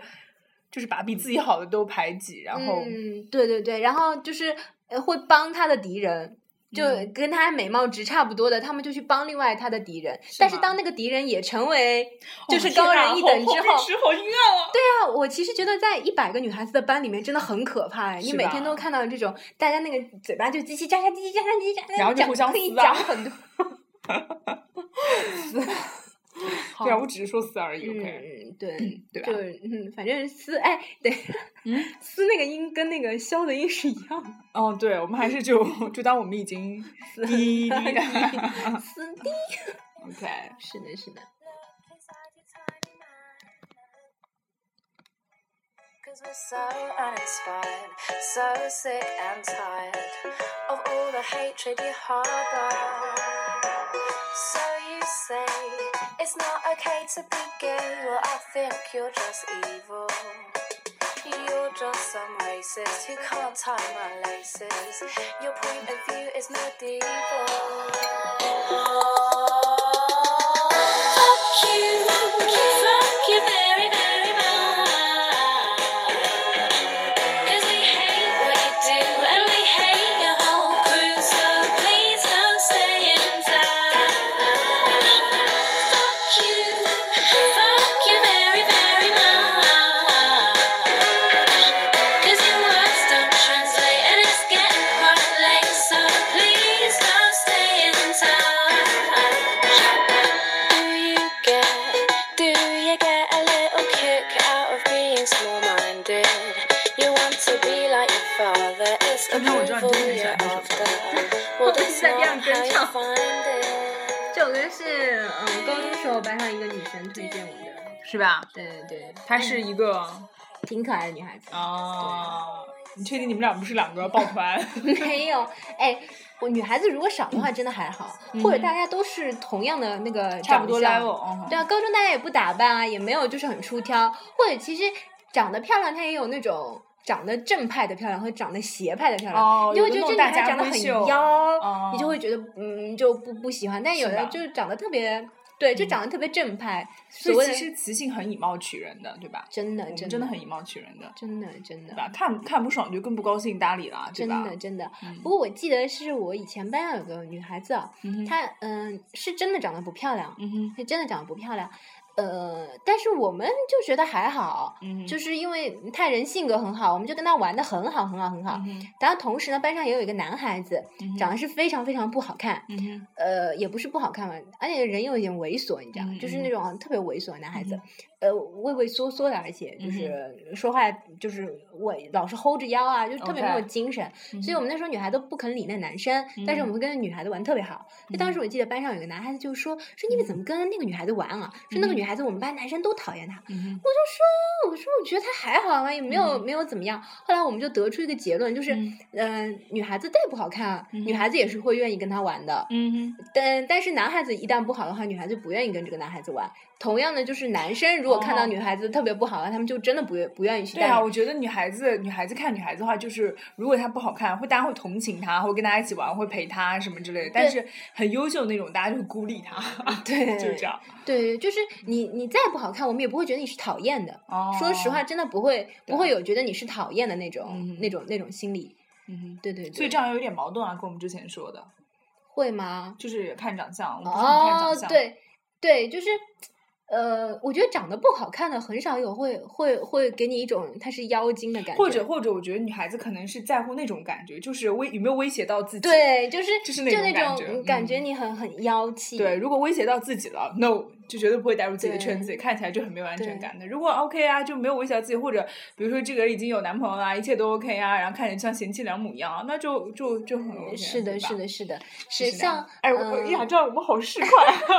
Speaker 3: 就是把比自己好的都排挤，然后、
Speaker 2: 嗯，对对对，然后就是呃会帮他的敌人。就
Speaker 3: 嗯
Speaker 2: 跟他美貌值差不多的，他们就去帮另外他的敌人。
Speaker 3: 是
Speaker 2: 但是
Speaker 3: 吗哦
Speaker 2: 当那个敌人也成为就是
Speaker 3: 天
Speaker 2: 高
Speaker 3: 哪
Speaker 2: 人一
Speaker 3: 好
Speaker 2: 等
Speaker 3: 好
Speaker 2: 之
Speaker 3: 悲
Speaker 2: 哦后，
Speaker 3: 吃好阴暗啊！对，
Speaker 2: 那我其实觉得在一百个女孩子的班里面真的很可怕哎，你
Speaker 3: 是
Speaker 2: 每
Speaker 3: 吧
Speaker 2: 天都看到这种大家那个嘴巴就叽叽喳喳、叽叽喳喳、叽叽喳喳，
Speaker 3: 然后就
Speaker 2: 讲
Speaker 3: 互相
Speaker 2: 可以
Speaker 3: 撕啊
Speaker 2: 讲很多。好
Speaker 3: 啊，我只是说死而已。OK，
Speaker 2: 嗯，对，
Speaker 3: 对啊吧
Speaker 2: 就嗯，反正撕哎，对，
Speaker 3: 嗯，
Speaker 2: 撕那个音跟那个消的音是一样的，
Speaker 3: 哦，对，我们还是就
Speaker 2: 嗯
Speaker 3: 就当我们已经 滴滴的
Speaker 2: 撕的。
Speaker 3: OK，
Speaker 2: 是的，是的，
Speaker 1: Cause we're so uninspired, so sick and tired of all the hatred you harbor. So you say It's not okay to be gay. Well, I think you're just evil. You're just some racist who can't tie my laces. Your point of view is medieval. Fuck you, fuck you very, very much. 'Cause we hate what you do and we hate your whole crew. So please don't stay in town. Fuck you, fuck you very, very much. 'Cause your words don't translate and it's getting quite late. So please don't stay in town. Do you get, do you get a little kick out of being small-minded? You want to be like your father. It's
Speaker 5: 刚才我知道你
Speaker 1: approval
Speaker 5: 真的
Speaker 1: you're
Speaker 5: 很喜欢那首歌。
Speaker 1: after. Well, that's
Speaker 2: 在
Speaker 1: not
Speaker 2: 这样跟
Speaker 1: how you
Speaker 2: 唱。
Speaker 1: find it.
Speaker 2: 这首歌是嗯高中时候班上一个女生推荐我的，
Speaker 3: 是吧？
Speaker 2: 对对
Speaker 3: 她是一个
Speaker 2: 对，挺可爱的女孩子。
Speaker 3: 哦，你确定你们俩不是两个抱 团？
Speaker 2: 没有，哎，我女孩子如果少的话，真的还好，或者大家都是同样的那个
Speaker 3: 嗯差不多
Speaker 2: 长相
Speaker 3: level，嗯
Speaker 2: 对啊，高中大家也不打扮啊，也没有就是很出挑，或者其实长得漂亮，她也有那种。长得正派的漂亮和长得邪派的漂亮，
Speaker 3: 哦
Speaker 2: 你就会
Speaker 3: 有
Speaker 2: 觉得
Speaker 3: 那种
Speaker 2: 这女
Speaker 3: 大
Speaker 2: 孩
Speaker 3: 家
Speaker 2: 长得
Speaker 3: 闺
Speaker 2: 很
Speaker 3: 秀
Speaker 2: 妖，
Speaker 3: 哦
Speaker 2: 你就会觉得嗯就不不喜欢。但有
Speaker 3: 是
Speaker 2: 的
Speaker 3: 吧
Speaker 2: 就是长得特别，对，就
Speaker 3: 嗯
Speaker 2: 长得特别正派，
Speaker 3: 所
Speaker 2: 所
Speaker 3: 以
Speaker 2: 谓
Speaker 3: 其
Speaker 2: 的
Speaker 3: 实雌性很以貌取人的，对吧？
Speaker 2: 真的
Speaker 3: 我们
Speaker 2: 真
Speaker 3: 真的
Speaker 2: 的
Speaker 3: 很以貌取人的，
Speaker 2: 真的真的
Speaker 3: 对吧？看看不爽就更不高兴搭理了，对
Speaker 2: 真
Speaker 3: 吧？
Speaker 2: 的真的。
Speaker 3: 嗯
Speaker 2: 不过我记得是我以前班上有个女孩子啊，
Speaker 3: 嗯哼
Speaker 2: 她嗯是真的长得不漂亮，
Speaker 3: 嗯哼
Speaker 2: 是真的长得不漂亮。呃，但是我们就觉得还好，
Speaker 3: 嗯哼，
Speaker 2: 就是是因为她人性格很好，我们就跟她玩的很好很好很
Speaker 3: 嗯
Speaker 2: 好。然后同时呢，班上也有一个男孩子，长得是非常非常不好看，
Speaker 3: 嗯哼
Speaker 2: 呃，也不是不好看吧，而且人有一点猥琐，你知道，吗？就是那
Speaker 3: 嗯
Speaker 2: 种啊特别猥琐的男孩子
Speaker 3: 嗯，
Speaker 2: 呃，畏畏缩缩的，而且就是说话就是我老是 hold 着腰啊，就特别没有
Speaker 3: OK
Speaker 2: 精神。
Speaker 3: 嗯
Speaker 2: 所以我们那时候女孩都不肯理那男生，但是我们会跟那女孩子玩特别好。就当时
Speaker 3: 嗯
Speaker 2: 我记得班上有个男孩子就说说你们怎么跟那个女孩子玩啊？说那个女孩子我们班男生都讨厌她。
Speaker 3: 嗯哼
Speaker 2: 我就说我说我觉得她还好啊，也没有没有怎么样。后来我们就得出一个结论，就是
Speaker 3: 嗯
Speaker 2: 嗯，女孩子再不好看啊，女
Speaker 3: 嗯
Speaker 2: 孩子也是会愿意跟他玩的。
Speaker 3: 嗯哼，
Speaker 2: 但但是男孩子一旦不好的话，女孩子不愿意跟这个男孩子玩。同样的，就是男生如果看到
Speaker 3: 哦
Speaker 2: 女孩子特别不好啊了，他们就真的不愿不愿意去
Speaker 3: 对
Speaker 2: 带。
Speaker 3: 啊，我觉得女孩子女孩子看女孩子的话，就是如果她不好看，会大家会同情她，会跟大家一起玩，会陪她什么之类的。但
Speaker 2: 对
Speaker 3: 是很优秀的那种，大家就会孤立她，
Speaker 2: 对
Speaker 3: 就是这样。
Speaker 2: 对，就是你你再不好看，我们也不会觉得你是讨厌的。
Speaker 3: 哦，
Speaker 2: 说实话，，真的不会
Speaker 3: 对
Speaker 2: 不会有觉得你是讨厌的那种、
Speaker 3: 嗯
Speaker 2: 那种那种心理。
Speaker 3: 嗯哼，
Speaker 2: 对对对，
Speaker 3: 所以这样有点矛盾啊，跟我们之前说的，
Speaker 2: 会吗？
Speaker 3: 就是看长相，我们不是很看
Speaker 2: 哦
Speaker 3: 长，相，
Speaker 2: 对对，就是。呃，我觉得长得不好看的很少有会会会给你一种他是妖精的感觉，
Speaker 3: 或者或者，我觉得女孩子可能是在乎那种感觉，就是威有没有威胁到自己。
Speaker 2: 对，就是
Speaker 3: 就是那
Speaker 2: 那
Speaker 3: 种感觉
Speaker 2: 嗯感觉
Speaker 3: 嗯
Speaker 2: 你很很妖气，
Speaker 3: 对，如果威胁到自己了，no 就绝对不会带入自己的圈子，
Speaker 2: 对
Speaker 3: 里，看起来就很没有安全感的。如果 OK 啊，就没有威胁到自己，或者比如说这个人已经有男朋友啦，一切都 OK 啊，然后看起来像贤妻良母一样啊，那就就就很 OK 啊。
Speaker 2: 嗯是的，
Speaker 3: 对吧
Speaker 2: 是，的，是的，
Speaker 3: 就是这样
Speaker 2: 像
Speaker 3: 哎，我我
Speaker 2: 嗯
Speaker 3: 呀，这样我们好市 侩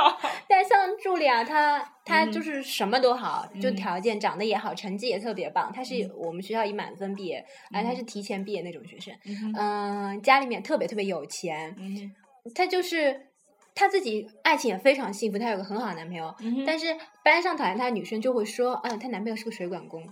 Speaker 3: 啊。
Speaker 2: 但像茱莉亚，她她
Speaker 3: 嗯
Speaker 2: 就是什么都好，就
Speaker 3: 嗯
Speaker 2: 条件长得也好，成绩也特别棒。她是
Speaker 3: 嗯
Speaker 2: 我们学校以满分毕业，而她
Speaker 3: 嗯
Speaker 2: 是提前毕业那种学生。
Speaker 3: 嗯哼
Speaker 2: 嗯，家里面特别特别有钱，
Speaker 3: 嗯哼
Speaker 2: 她就是她自己爱情也非常幸福，她有个很好的男朋友。
Speaker 3: 嗯哼
Speaker 2: 但是班上讨厌她的女生就会说，嗯，她男朋友是个水管工，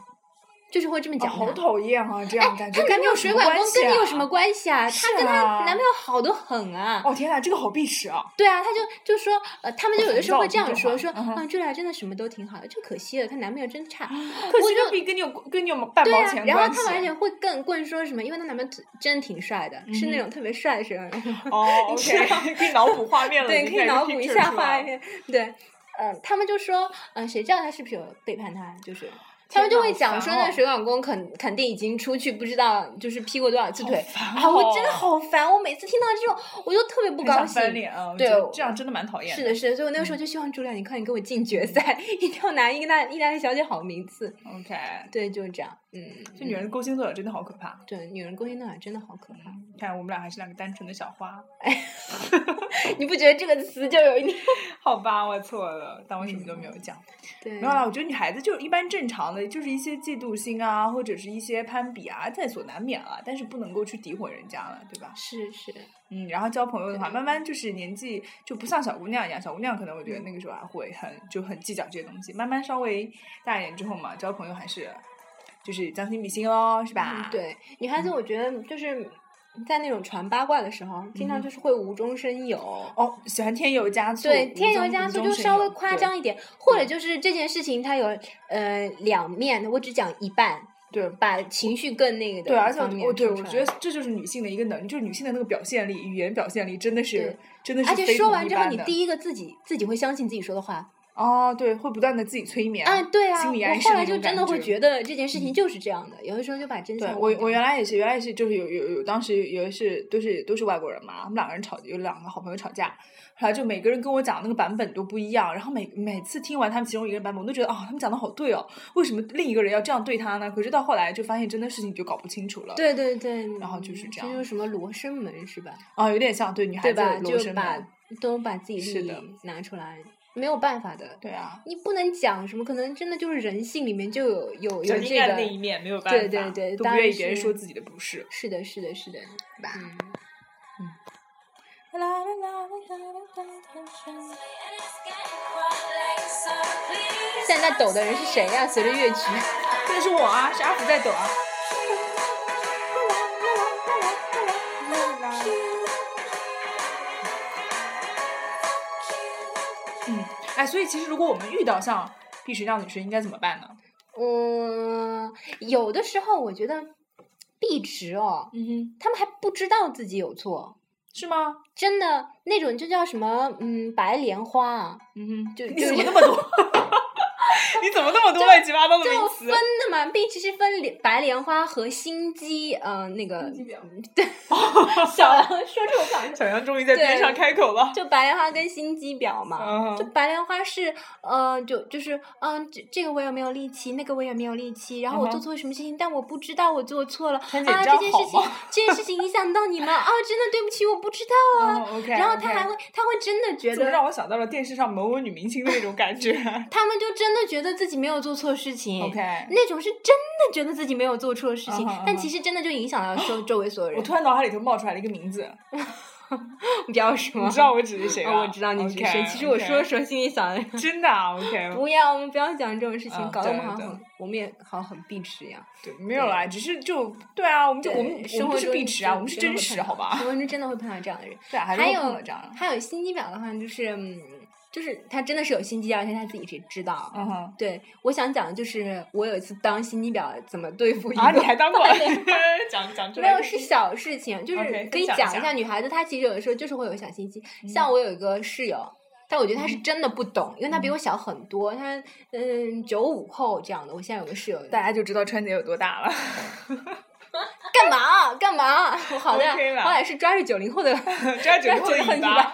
Speaker 2: 就是会这么
Speaker 3: 哦
Speaker 2: 讲她。
Speaker 3: 好讨厌啊！这样感觉
Speaker 2: 她
Speaker 3: 跟
Speaker 2: 男朋
Speaker 3: 你有
Speaker 2: 友
Speaker 3: 什
Speaker 2: 水
Speaker 3: 么
Speaker 2: 管
Speaker 3: 关
Speaker 2: 工
Speaker 3: 系
Speaker 2: 跟你有
Speaker 3: 啊
Speaker 2: 什么关系啊？她
Speaker 3: 是
Speaker 2: 跟她
Speaker 3: 啊
Speaker 2: 男朋友好的很啊。
Speaker 3: 哦天呐，这个好避世啊！
Speaker 2: 对啊，他就就说，呃，他们就有的时候会
Speaker 3: 哦很
Speaker 2: 这样
Speaker 3: 躁动
Speaker 2: 说，
Speaker 3: 啊
Speaker 2: 说
Speaker 3: 嗯哼
Speaker 2: 啊，这俩真的什么都挺好的，就可惜了，她男朋友真差。
Speaker 3: 可
Speaker 2: 我
Speaker 3: 惜
Speaker 2: 就
Speaker 3: 这比跟你有跟你有半
Speaker 2: 对
Speaker 3: 毛
Speaker 2: 啊
Speaker 3: 钱，
Speaker 2: 然后
Speaker 3: 关
Speaker 2: 他
Speaker 3: 系。
Speaker 2: 们而且会更更说什么，因为她男朋友真的挺帅的，是那
Speaker 3: 嗯哼
Speaker 2: 种特别帅的水管工。
Speaker 3: 哦，OK，可以脑补画面了，
Speaker 2: 对，
Speaker 3: 已
Speaker 2: 可
Speaker 3: 经
Speaker 2: 以
Speaker 3: 开始
Speaker 2: 脑补一
Speaker 3: picture
Speaker 2: 下
Speaker 3: 出
Speaker 2: 画
Speaker 3: 来了。
Speaker 2: 面。对，嗯，他们就说，嗯，谁知道他是不是有背叛她？就是。他
Speaker 3: 天
Speaker 2: 们就
Speaker 3: 呐
Speaker 2: 会
Speaker 3: 好
Speaker 2: 讲
Speaker 3: 烦
Speaker 2: 说，那
Speaker 3: 哦
Speaker 2: 个水管工肯肯定已经出去，不知道就是劈过多少次腿
Speaker 3: 烦
Speaker 2: 啊！我真的
Speaker 3: 哦
Speaker 2: 好烦，我每次听到这种，我就特别不
Speaker 3: 很
Speaker 2: 高
Speaker 3: 想
Speaker 2: 兴。
Speaker 3: 翻脸嗯啊！我
Speaker 2: 对
Speaker 3: 觉得
Speaker 2: 我
Speaker 3: 这样真的蛮讨厌。
Speaker 2: 是的，是的，所以我那个时候就希望朱莉亚，你快点给我进决赛， 一定要拿意大意大利小姐好名次。
Speaker 3: OK，
Speaker 2: 对，就是这样。嗯，
Speaker 3: 这女人勾心斗角真的好可怕。
Speaker 2: 对女人勾心斗角真的好可 怕。
Speaker 3: 看来我们俩还是两个单纯的小花。
Speaker 2: 你不觉得这个词就有一点？
Speaker 3: 好吧，我错了，当我什么都没有讲。
Speaker 2: 对
Speaker 3: 没有啦，我觉得女孩子就是一般正常常的，就是一些嫉妒心啊，或者是一些攀比啊，在所难免了，但是不能够去诋毁人家了，对吧？
Speaker 6: 是是，
Speaker 3: 嗯，然后交朋友的话，慢慢就是年纪就不像小姑娘一样，小姑娘可能我觉得
Speaker 2: 嗯
Speaker 3: 那个时候还会很就很计较这些东西，慢慢稍微大一点之后嘛，交朋友还是就是将心比心喽，是吧？
Speaker 2: 嗯，对，女孩子我觉得就是在那种传八卦的时候，经常就是会无中生有。
Speaker 3: 嗯哦，喜欢添油加醋，
Speaker 2: 对，
Speaker 3: 无
Speaker 2: 添油
Speaker 3: 中
Speaker 2: 加
Speaker 3: 无
Speaker 2: 醋
Speaker 3: 中
Speaker 2: 就
Speaker 3: 生
Speaker 2: 稍
Speaker 3: 有
Speaker 2: 微夸
Speaker 3: 对
Speaker 2: 张一点，或者就是这件事情它有呃两面，我只讲一半，
Speaker 3: 对
Speaker 2: 把情绪更那个的
Speaker 3: 对，而且
Speaker 2: 方面
Speaker 3: 我哦对
Speaker 2: 说
Speaker 3: 我
Speaker 2: 出
Speaker 3: 觉
Speaker 2: 来
Speaker 3: 得这就是女性的一个能力，就是女性的那个表现力，语言表现力真的是
Speaker 2: 对
Speaker 3: 真的是
Speaker 2: 而
Speaker 3: 非
Speaker 2: 且
Speaker 3: 同一般的。
Speaker 2: 说完之后，你第一个自己自己会相信自己说的话。
Speaker 3: 哦，对，会不断的自己催眠。
Speaker 2: 啊，对啊，
Speaker 3: 心理暗
Speaker 2: 我
Speaker 3: 示
Speaker 2: 后
Speaker 3: 那
Speaker 2: 来就
Speaker 3: 种
Speaker 2: 真
Speaker 3: 感
Speaker 2: 的会
Speaker 3: 觉嗯
Speaker 2: 觉得这件事情就是这样的，有的时候就把真
Speaker 3: 对
Speaker 2: 相
Speaker 3: 我
Speaker 2: 忘，掉
Speaker 3: 我原来也是，原来也是，就是有有有，当时有一次都是都是外国人嘛，我们两个人吵，有两个好朋友吵架，后来就每个人跟我讲那个版本都不一样，然后每每次听完他们其中一个人版本，我都觉得啊、他们讲的好对哦，为什么另一个人要这样对他呢？可是到后来就发现，真的事情你就搞不清楚了。
Speaker 2: 对对对，
Speaker 3: 然后就是这样
Speaker 2: 就是什么罗生门是吧？
Speaker 3: 啊、有点像对女孩
Speaker 2: 对
Speaker 3: 子
Speaker 2: 吧？
Speaker 3: 罗
Speaker 2: 就
Speaker 3: 生
Speaker 2: 把
Speaker 3: 门。
Speaker 2: 都把自己
Speaker 3: 是
Speaker 2: 利
Speaker 3: 的
Speaker 2: 益拿出来，没有办法的。
Speaker 3: 对啊，
Speaker 2: 你不能讲什么，可能真的就是人性里面就有有有这
Speaker 3: 阴暗
Speaker 2: 个
Speaker 3: 那。一面没有办法，
Speaker 2: 对对对
Speaker 3: 都不
Speaker 2: 当
Speaker 3: 愿
Speaker 2: 然
Speaker 3: 意别人
Speaker 2: 是
Speaker 3: 说自己的不是。
Speaker 2: 是的，是的，是的，吧？现在抖的人是谁呀、随着乐曲，
Speaker 3: 这是我啊，是阿福在抖啊。嗯，哎，所以其实如果我们遇到像碧池这样的女生，应该怎么办呢？
Speaker 2: 嗯，有的时候我觉得碧池哦，
Speaker 3: 嗯哼，
Speaker 2: 他们还不知道自己有错，
Speaker 3: 是吗？
Speaker 2: 真的那种就叫什么嗯白莲花啊，
Speaker 3: 嗯哼，
Speaker 2: 就
Speaker 3: 你
Speaker 2: 就
Speaker 3: 怎么那么多？你怎么那么多乱七八糟的名
Speaker 2: 就
Speaker 3: 词
Speaker 2: 分？
Speaker 3: 啊
Speaker 2: 的嘛，碧池是分莲白莲花和心机，呃，那个对，小杨说出我想
Speaker 3: 小杨终于在边
Speaker 2: 对
Speaker 3: 上开口了。
Speaker 2: 就白莲花跟心机婊嘛。
Speaker 3: 嗯
Speaker 2: 就
Speaker 3: 哼，
Speaker 2: 白莲花是，呃，就就是，嗯、这这个我也没有力气，那个我也没有力气，然后我
Speaker 3: 嗯
Speaker 2: 做
Speaker 3: 哼
Speaker 2: 错什么事情，但我不知道我做错了啊，
Speaker 3: 陈
Speaker 2: 这
Speaker 3: 姐你这样
Speaker 2: 件事
Speaker 3: 好
Speaker 2: 情
Speaker 3: 吗，
Speaker 2: 这件事情影响到你们啊，真的对不起，我不知道啊。
Speaker 3: o k
Speaker 2: 然后他还会，他会真的觉
Speaker 3: 哦嗯怎么
Speaker 2: 得，
Speaker 3: 让我想到了电视上某某女明星的那种感觉啊
Speaker 2: 他们就真的觉得自己没有做错事情。
Speaker 3: ？OK，
Speaker 2: 那种是真的觉得自己没有做错事情
Speaker 3: 嗯哼嗯
Speaker 2: 但
Speaker 3: 哼
Speaker 2: 其实真的就影响到周周围所有人。
Speaker 3: 我突然脑海里头冒出来了一个名字，
Speaker 2: 你不要说，
Speaker 3: 你知道我指的谁
Speaker 2: 啊
Speaker 3: 吧？
Speaker 2: 我知道你是
Speaker 3: OK，
Speaker 2: 谁。其实我
Speaker 3: OK
Speaker 2: 说说，心里想的
Speaker 3: 真的啊，OK，
Speaker 2: 不要，我们不要讲这种事情，
Speaker 3: 嗯
Speaker 2: 搞得我
Speaker 3: 对
Speaker 2: 们好
Speaker 3: 对
Speaker 2: 像很，我们也好像很避嗤一样。
Speaker 3: 对，没有啦，只是就对啊，我们就我
Speaker 2: 对
Speaker 3: 们我
Speaker 2: 生
Speaker 3: 们不
Speaker 2: 活
Speaker 3: 是
Speaker 2: 中
Speaker 3: 碧
Speaker 2: 你
Speaker 3: 池啊，
Speaker 2: 真
Speaker 3: 我们是
Speaker 2: 真的
Speaker 3: 真
Speaker 2: 会
Speaker 3: 实，
Speaker 2: 碰
Speaker 3: 好
Speaker 2: 到
Speaker 3: 吧？
Speaker 2: 生活中真的会碰到这样的人。
Speaker 3: 对啊，还是
Speaker 2: 还
Speaker 3: 会
Speaker 2: 有
Speaker 3: 碰到这样的。
Speaker 2: 还有心机婊的话，就是嗯就是他真的是有心机，啊而且他自己知道。
Speaker 3: 嗯哼，
Speaker 2: 对，我想讲的就是我有一次当心机婊怎么对付一个
Speaker 3: 啊，你 还当过
Speaker 2: 白莲花
Speaker 3: 讲讲出
Speaker 2: 没
Speaker 3: 来
Speaker 2: 有
Speaker 3: 就是
Speaker 2: 小事情，就是
Speaker 3: OK，
Speaker 2: 可以
Speaker 3: 分享
Speaker 2: 讲
Speaker 3: 一
Speaker 2: 一
Speaker 3: 下
Speaker 2: 下女孩子，她其实有的时候就是会有小心机。
Speaker 3: 嗯
Speaker 2: 像我有一个室友，但我觉得她是真的不懂，因为她比我小很多，她嗯九五后这样的。我现在有个室友，
Speaker 3: 大家就知道川姐有多大 了。
Speaker 2: 干嘛干嘛？我好歹
Speaker 3: OK 啦
Speaker 2: 好歹是抓着九零后的
Speaker 3: 抓九
Speaker 2: 抓着
Speaker 3: 零
Speaker 2: 九
Speaker 3: 后
Speaker 2: 零后
Speaker 3: 的尾巴，，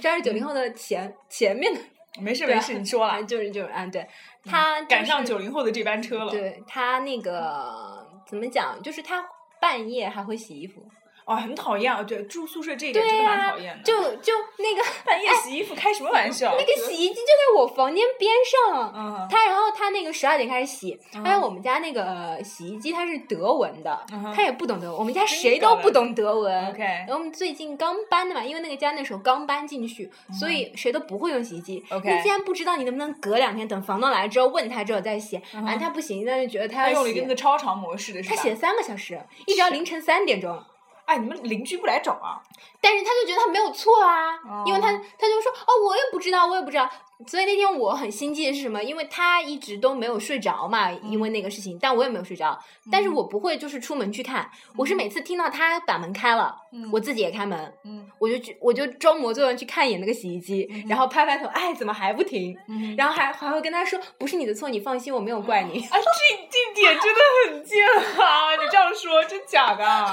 Speaker 2: 抓着九零后的前前面的，
Speaker 3: 没事
Speaker 2: 对
Speaker 3: 没事，你说
Speaker 2: 啊
Speaker 3: 啦，
Speaker 2: 就是就是啊，对，她
Speaker 3: 嗯赶
Speaker 2: 就
Speaker 3: 上
Speaker 2: 是
Speaker 3: 九零后的这班车了。
Speaker 2: 对她那个怎么讲，就是她半夜还会洗衣服，
Speaker 3: 哦，很讨厌啊！对，住宿舍这一点
Speaker 2: 对
Speaker 3: 真的蛮
Speaker 2: 呀
Speaker 3: 讨厌的。
Speaker 2: 就就那个
Speaker 3: 半夜洗衣服开什么玩笑？
Speaker 2: 那个洗衣机就在我房间边上，
Speaker 3: 嗯
Speaker 2: 他然后他那个十二点开始洗，
Speaker 3: 嗯
Speaker 2: 哎，我们家那个洗衣机它是德文的
Speaker 3: 嗯哼，
Speaker 2: 他也不懂德文，我们家
Speaker 3: 真
Speaker 2: 谁
Speaker 3: 搞
Speaker 2: 都
Speaker 3: 的
Speaker 2: 不懂德文。
Speaker 3: ，OK
Speaker 2: 然后我们最近刚搬的嘛，因为那个家那时候刚搬进去，
Speaker 3: 嗯
Speaker 2: 所以谁都不会用洗衣机。
Speaker 3: OK
Speaker 2: 你既然不知道，你能不能隔两天等房东来之后问他之后再洗？
Speaker 3: 嗯哼
Speaker 2: 反正他不行，那就觉得他
Speaker 3: 他
Speaker 2: 要
Speaker 3: 用了一个
Speaker 2: 洗
Speaker 3: 那。个超长模式的是
Speaker 2: 他
Speaker 3: 吧？
Speaker 2: 洗了三个小时，一直到
Speaker 3: 是
Speaker 2: 凌晨三点钟。
Speaker 3: 哎，你们邻居不来找啊？
Speaker 2: 但是他就觉得他没有错啊，因为他
Speaker 3: 哦
Speaker 2: 他就说哦，我也不知道，我也不知道。所以那天我很心悸的是什么？因为他一直都没有睡着嘛，因
Speaker 3: 嗯
Speaker 2: 为那个事情，但我也没有睡着。但是我不会就是出门去看，我是每次听到他把门开了，
Speaker 3: 嗯
Speaker 2: 我自己也开门，
Speaker 3: 嗯
Speaker 2: 我就去我就装模作样去看一眼那个洗衣机，
Speaker 3: 嗯哼
Speaker 2: 然后拍拍头，哎，怎么还不停？
Speaker 3: 嗯
Speaker 2: 然后还还会跟他说不是你的错，你放心，我没有怪你。
Speaker 3: 啊，这这点真的很贱啊！你这样说，真 假的？啊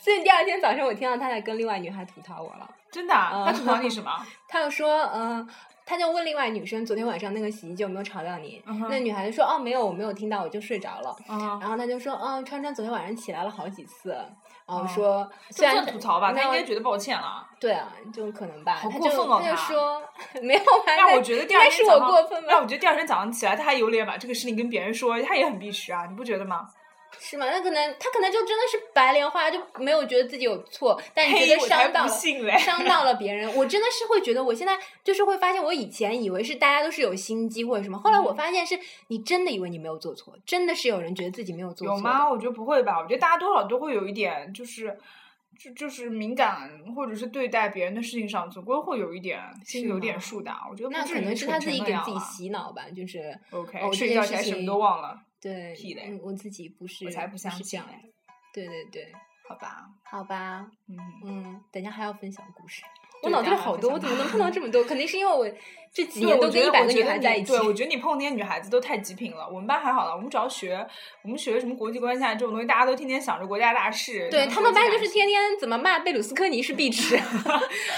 Speaker 2: 所以第二天早上我听到他在跟另外女孩吐槽我了。
Speaker 3: 真的啊？
Speaker 2: 嗯
Speaker 3: 他吐槽你什么？
Speaker 2: 他就说，嗯、他就问另外女生，昨天晚上那个洗衣机有没有吵到你？
Speaker 3: 嗯哼
Speaker 2: 那女孩子说，哦，没有，我没有听到，我就睡着了。
Speaker 3: 啊
Speaker 2: 然后他就说，嗯、川川昨天晚上起来了好几次。然后
Speaker 3: 哦
Speaker 2: 说、
Speaker 3: 这
Speaker 2: 虽
Speaker 3: 不
Speaker 2: 然
Speaker 3: 算吐槽吧？他
Speaker 2: 那
Speaker 3: 应该觉得抱歉了。
Speaker 2: 对啊，就可能吧。
Speaker 3: 好
Speaker 2: 他
Speaker 3: 过
Speaker 2: 就
Speaker 3: 分哦
Speaker 2: 他就
Speaker 3: 他
Speaker 2: 说 没有吧？
Speaker 3: 让
Speaker 2: 那
Speaker 3: 我觉得第
Speaker 2: 应
Speaker 3: 二
Speaker 2: 该
Speaker 3: 天
Speaker 2: 是
Speaker 3: 早
Speaker 2: 我
Speaker 3: 上
Speaker 2: 过分
Speaker 3: 让
Speaker 2: 吧？
Speaker 3: 我觉得第二天早上起来，他还有脸把这个事情跟别人说，他也很必须啊，你不觉得吗？
Speaker 2: 是吗？那可能他可能就真的是白莲花，就没有觉得自己有错，但你觉
Speaker 3: 嘿，
Speaker 2: 得
Speaker 3: 我才
Speaker 2: 伤到
Speaker 3: 不
Speaker 2: 了。
Speaker 3: 信嘞！
Speaker 2: 伤到了别人，我真的是会觉得，我现在就是会发现，我以前以为是大家都是有心机或者什么，后来
Speaker 3: 嗯
Speaker 2: 我发现是你真的以为你没有做错，真的是有人觉得自己没有做错
Speaker 3: 有
Speaker 2: 的。
Speaker 3: 吗？我觉得不会吧，我觉得大家多少都会有一点，就是就就是敏感，或者是对待别人的事情上，总归会有一点心里
Speaker 2: 是
Speaker 3: 有
Speaker 2: 吗
Speaker 3: 点数的啊。我觉得
Speaker 2: 那
Speaker 3: 不至
Speaker 2: 可
Speaker 3: 于
Speaker 2: 能是
Speaker 3: 蠢
Speaker 2: 他
Speaker 3: 成
Speaker 2: 自己
Speaker 3: 那
Speaker 2: 给
Speaker 3: 样
Speaker 2: 自己
Speaker 3: 啊
Speaker 2: 洗脑吧，就是
Speaker 3: OK，
Speaker 2: 哦，这
Speaker 3: 睡
Speaker 2: 件
Speaker 3: 觉
Speaker 2: 事
Speaker 3: 起来什么
Speaker 2: 情
Speaker 3: 都忘了，
Speaker 2: 对，
Speaker 3: 屁嘞
Speaker 2: 嗯，我自己不是，
Speaker 3: 我才不相
Speaker 2: 是这
Speaker 3: 信
Speaker 2: 样
Speaker 3: 嘞。
Speaker 2: 对对对，
Speaker 3: 好吧？
Speaker 2: 好吧，
Speaker 3: 嗯，
Speaker 2: 嗯，等一下还要分享故事。我
Speaker 3: 对
Speaker 2: 脑子里
Speaker 3: 等一下
Speaker 2: 好
Speaker 3: 还
Speaker 2: 多，
Speaker 3: 要
Speaker 2: 我
Speaker 3: 分
Speaker 2: 怎
Speaker 3: 享
Speaker 2: 么能碰到这么多？肯定是因为我这几
Speaker 3: 对
Speaker 2: 年
Speaker 3: 我
Speaker 2: 都
Speaker 3: 觉
Speaker 2: 跟一
Speaker 3: 得
Speaker 2: 百
Speaker 3: 我
Speaker 2: 个
Speaker 3: 觉
Speaker 2: 女
Speaker 3: 得
Speaker 2: 孩
Speaker 3: 你
Speaker 2: 在一起
Speaker 3: 对，。我觉得你碰那些女孩子都太极品了。我们班还好了，我们只要学，我们学什么国际关系啊这种东西，大家都天天想着国家大事。
Speaker 2: 对
Speaker 3: 什么
Speaker 2: 他们
Speaker 3: 国
Speaker 2: 班
Speaker 3: 际大
Speaker 2: 就是
Speaker 3: 事
Speaker 2: 天天怎么骂贝鲁斯科尼是必 吃，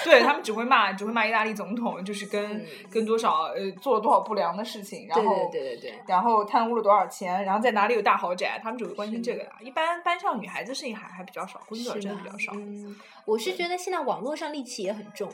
Speaker 3: 对他们只会骂，只会骂意大利总统，就是跟、
Speaker 2: 嗯
Speaker 3: 跟多少呃做了多少不良的事情，然
Speaker 2: 对
Speaker 3: 后
Speaker 2: 对对对对，
Speaker 3: 然后贪污了多少钱，然后在哪里有大豪宅，他们只会关心这个的。一般班上女孩子事情还还比较少，工作
Speaker 2: 是
Speaker 3: 真的
Speaker 2: 吧
Speaker 3: 比较少。
Speaker 2: 嗯，我是觉得现在网络上戾气也很重。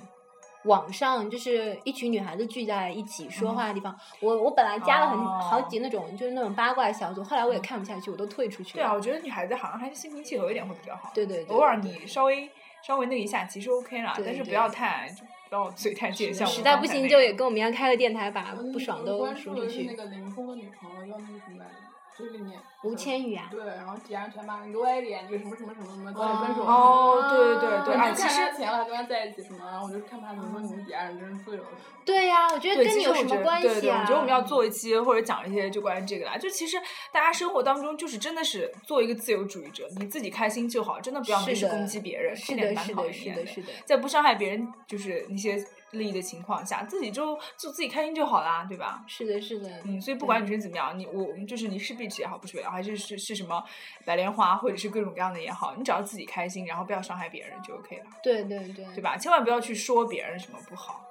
Speaker 2: 网上就是一群女孩子聚在一起说话的地方，我我本来加了很、
Speaker 3: 嗯哦嗯
Speaker 2: 好几那种就是那种八卦小组，后来我也看不下去，我都退出去
Speaker 3: 对啊，
Speaker 2: 了。
Speaker 3: 我觉得女孩子好像还是心平气和一点会比较好。
Speaker 2: 对对对，
Speaker 3: 偶尔
Speaker 2: 对
Speaker 3: 你稍微稍微那个一下，其实 OK 了，
Speaker 2: 对
Speaker 3: 但是不
Speaker 2: 对
Speaker 3: 要太就不要嘴太
Speaker 5: 是
Speaker 3: 贱，
Speaker 5: 的
Speaker 3: 像我
Speaker 2: 实
Speaker 3: 们
Speaker 2: 在
Speaker 3: 刚
Speaker 2: 不
Speaker 3: 才
Speaker 2: 行
Speaker 3: 那嗯
Speaker 2: 就
Speaker 3: 样
Speaker 2: 也跟我们一样开个电台，把
Speaker 5: 我
Speaker 2: 不爽都
Speaker 5: 关
Speaker 2: 说
Speaker 5: 注
Speaker 2: 出
Speaker 5: 的嗯是那
Speaker 2: 去。
Speaker 5: 个林峰的女朋友叫那个什么来着？就是里面
Speaker 2: 吴千语啊，
Speaker 5: 对，然后底下全骂你给我一点，就什么什么什么什么，早点分手。
Speaker 3: 哦，对对对
Speaker 5: 我
Speaker 3: 对，
Speaker 5: 就
Speaker 3: 哎，
Speaker 5: 看
Speaker 3: 其实嗯
Speaker 5: 他前了还跟他在一起什么，然后我就看他怎么说你们底下人真是 醉了。
Speaker 2: 对呀、我觉得
Speaker 3: 对，
Speaker 2: 跟
Speaker 3: 其
Speaker 2: 你
Speaker 3: 实
Speaker 2: 有
Speaker 3: 我
Speaker 2: 什
Speaker 3: 觉
Speaker 2: 么
Speaker 3: 得
Speaker 2: 关
Speaker 3: 对
Speaker 2: 系
Speaker 3: 对，
Speaker 2: 啊？
Speaker 3: 我觉得我们要做一期或者讲一些就关于这个啦。就其实大家生活当中就是真的是做一个自由主义者，你自己开心就好，真的不要没
Speaker 2: 是
Speaker 3: 事
Speaker 2: 的
Speaker 3: 攻击别人，
Speaker 2: 是
Speaker 3: 这点
Speaker 2: 的，
Speaker 3: 蛮
Speaker 2: 是
Speaker 3: 讨
Speaker 2: 的，
Speaker 3: 人
Speaker 2: 是
Speaker 3: 厌
Speaker 2: 的，是的。
Speaker 3: 在不伤害别人就是那些利益的情况下，自己就就自己开心就好啦，对吧？
Speaker 2: 是的，是的，
Speaker 3: 嗯，所以不
Speaker 2: 对
Speaker 3: 管你是怎么样，你我就是你是壁纸也好，不是壁纸也好，还是是是什么白莲花，或者是各种各样的也好，你只要自己开心，然后不要伤害别人就 OK 了。
Speaker 2: 对对对，
Speaker 3: 对吧？千万不要去说别人什么不好。嗯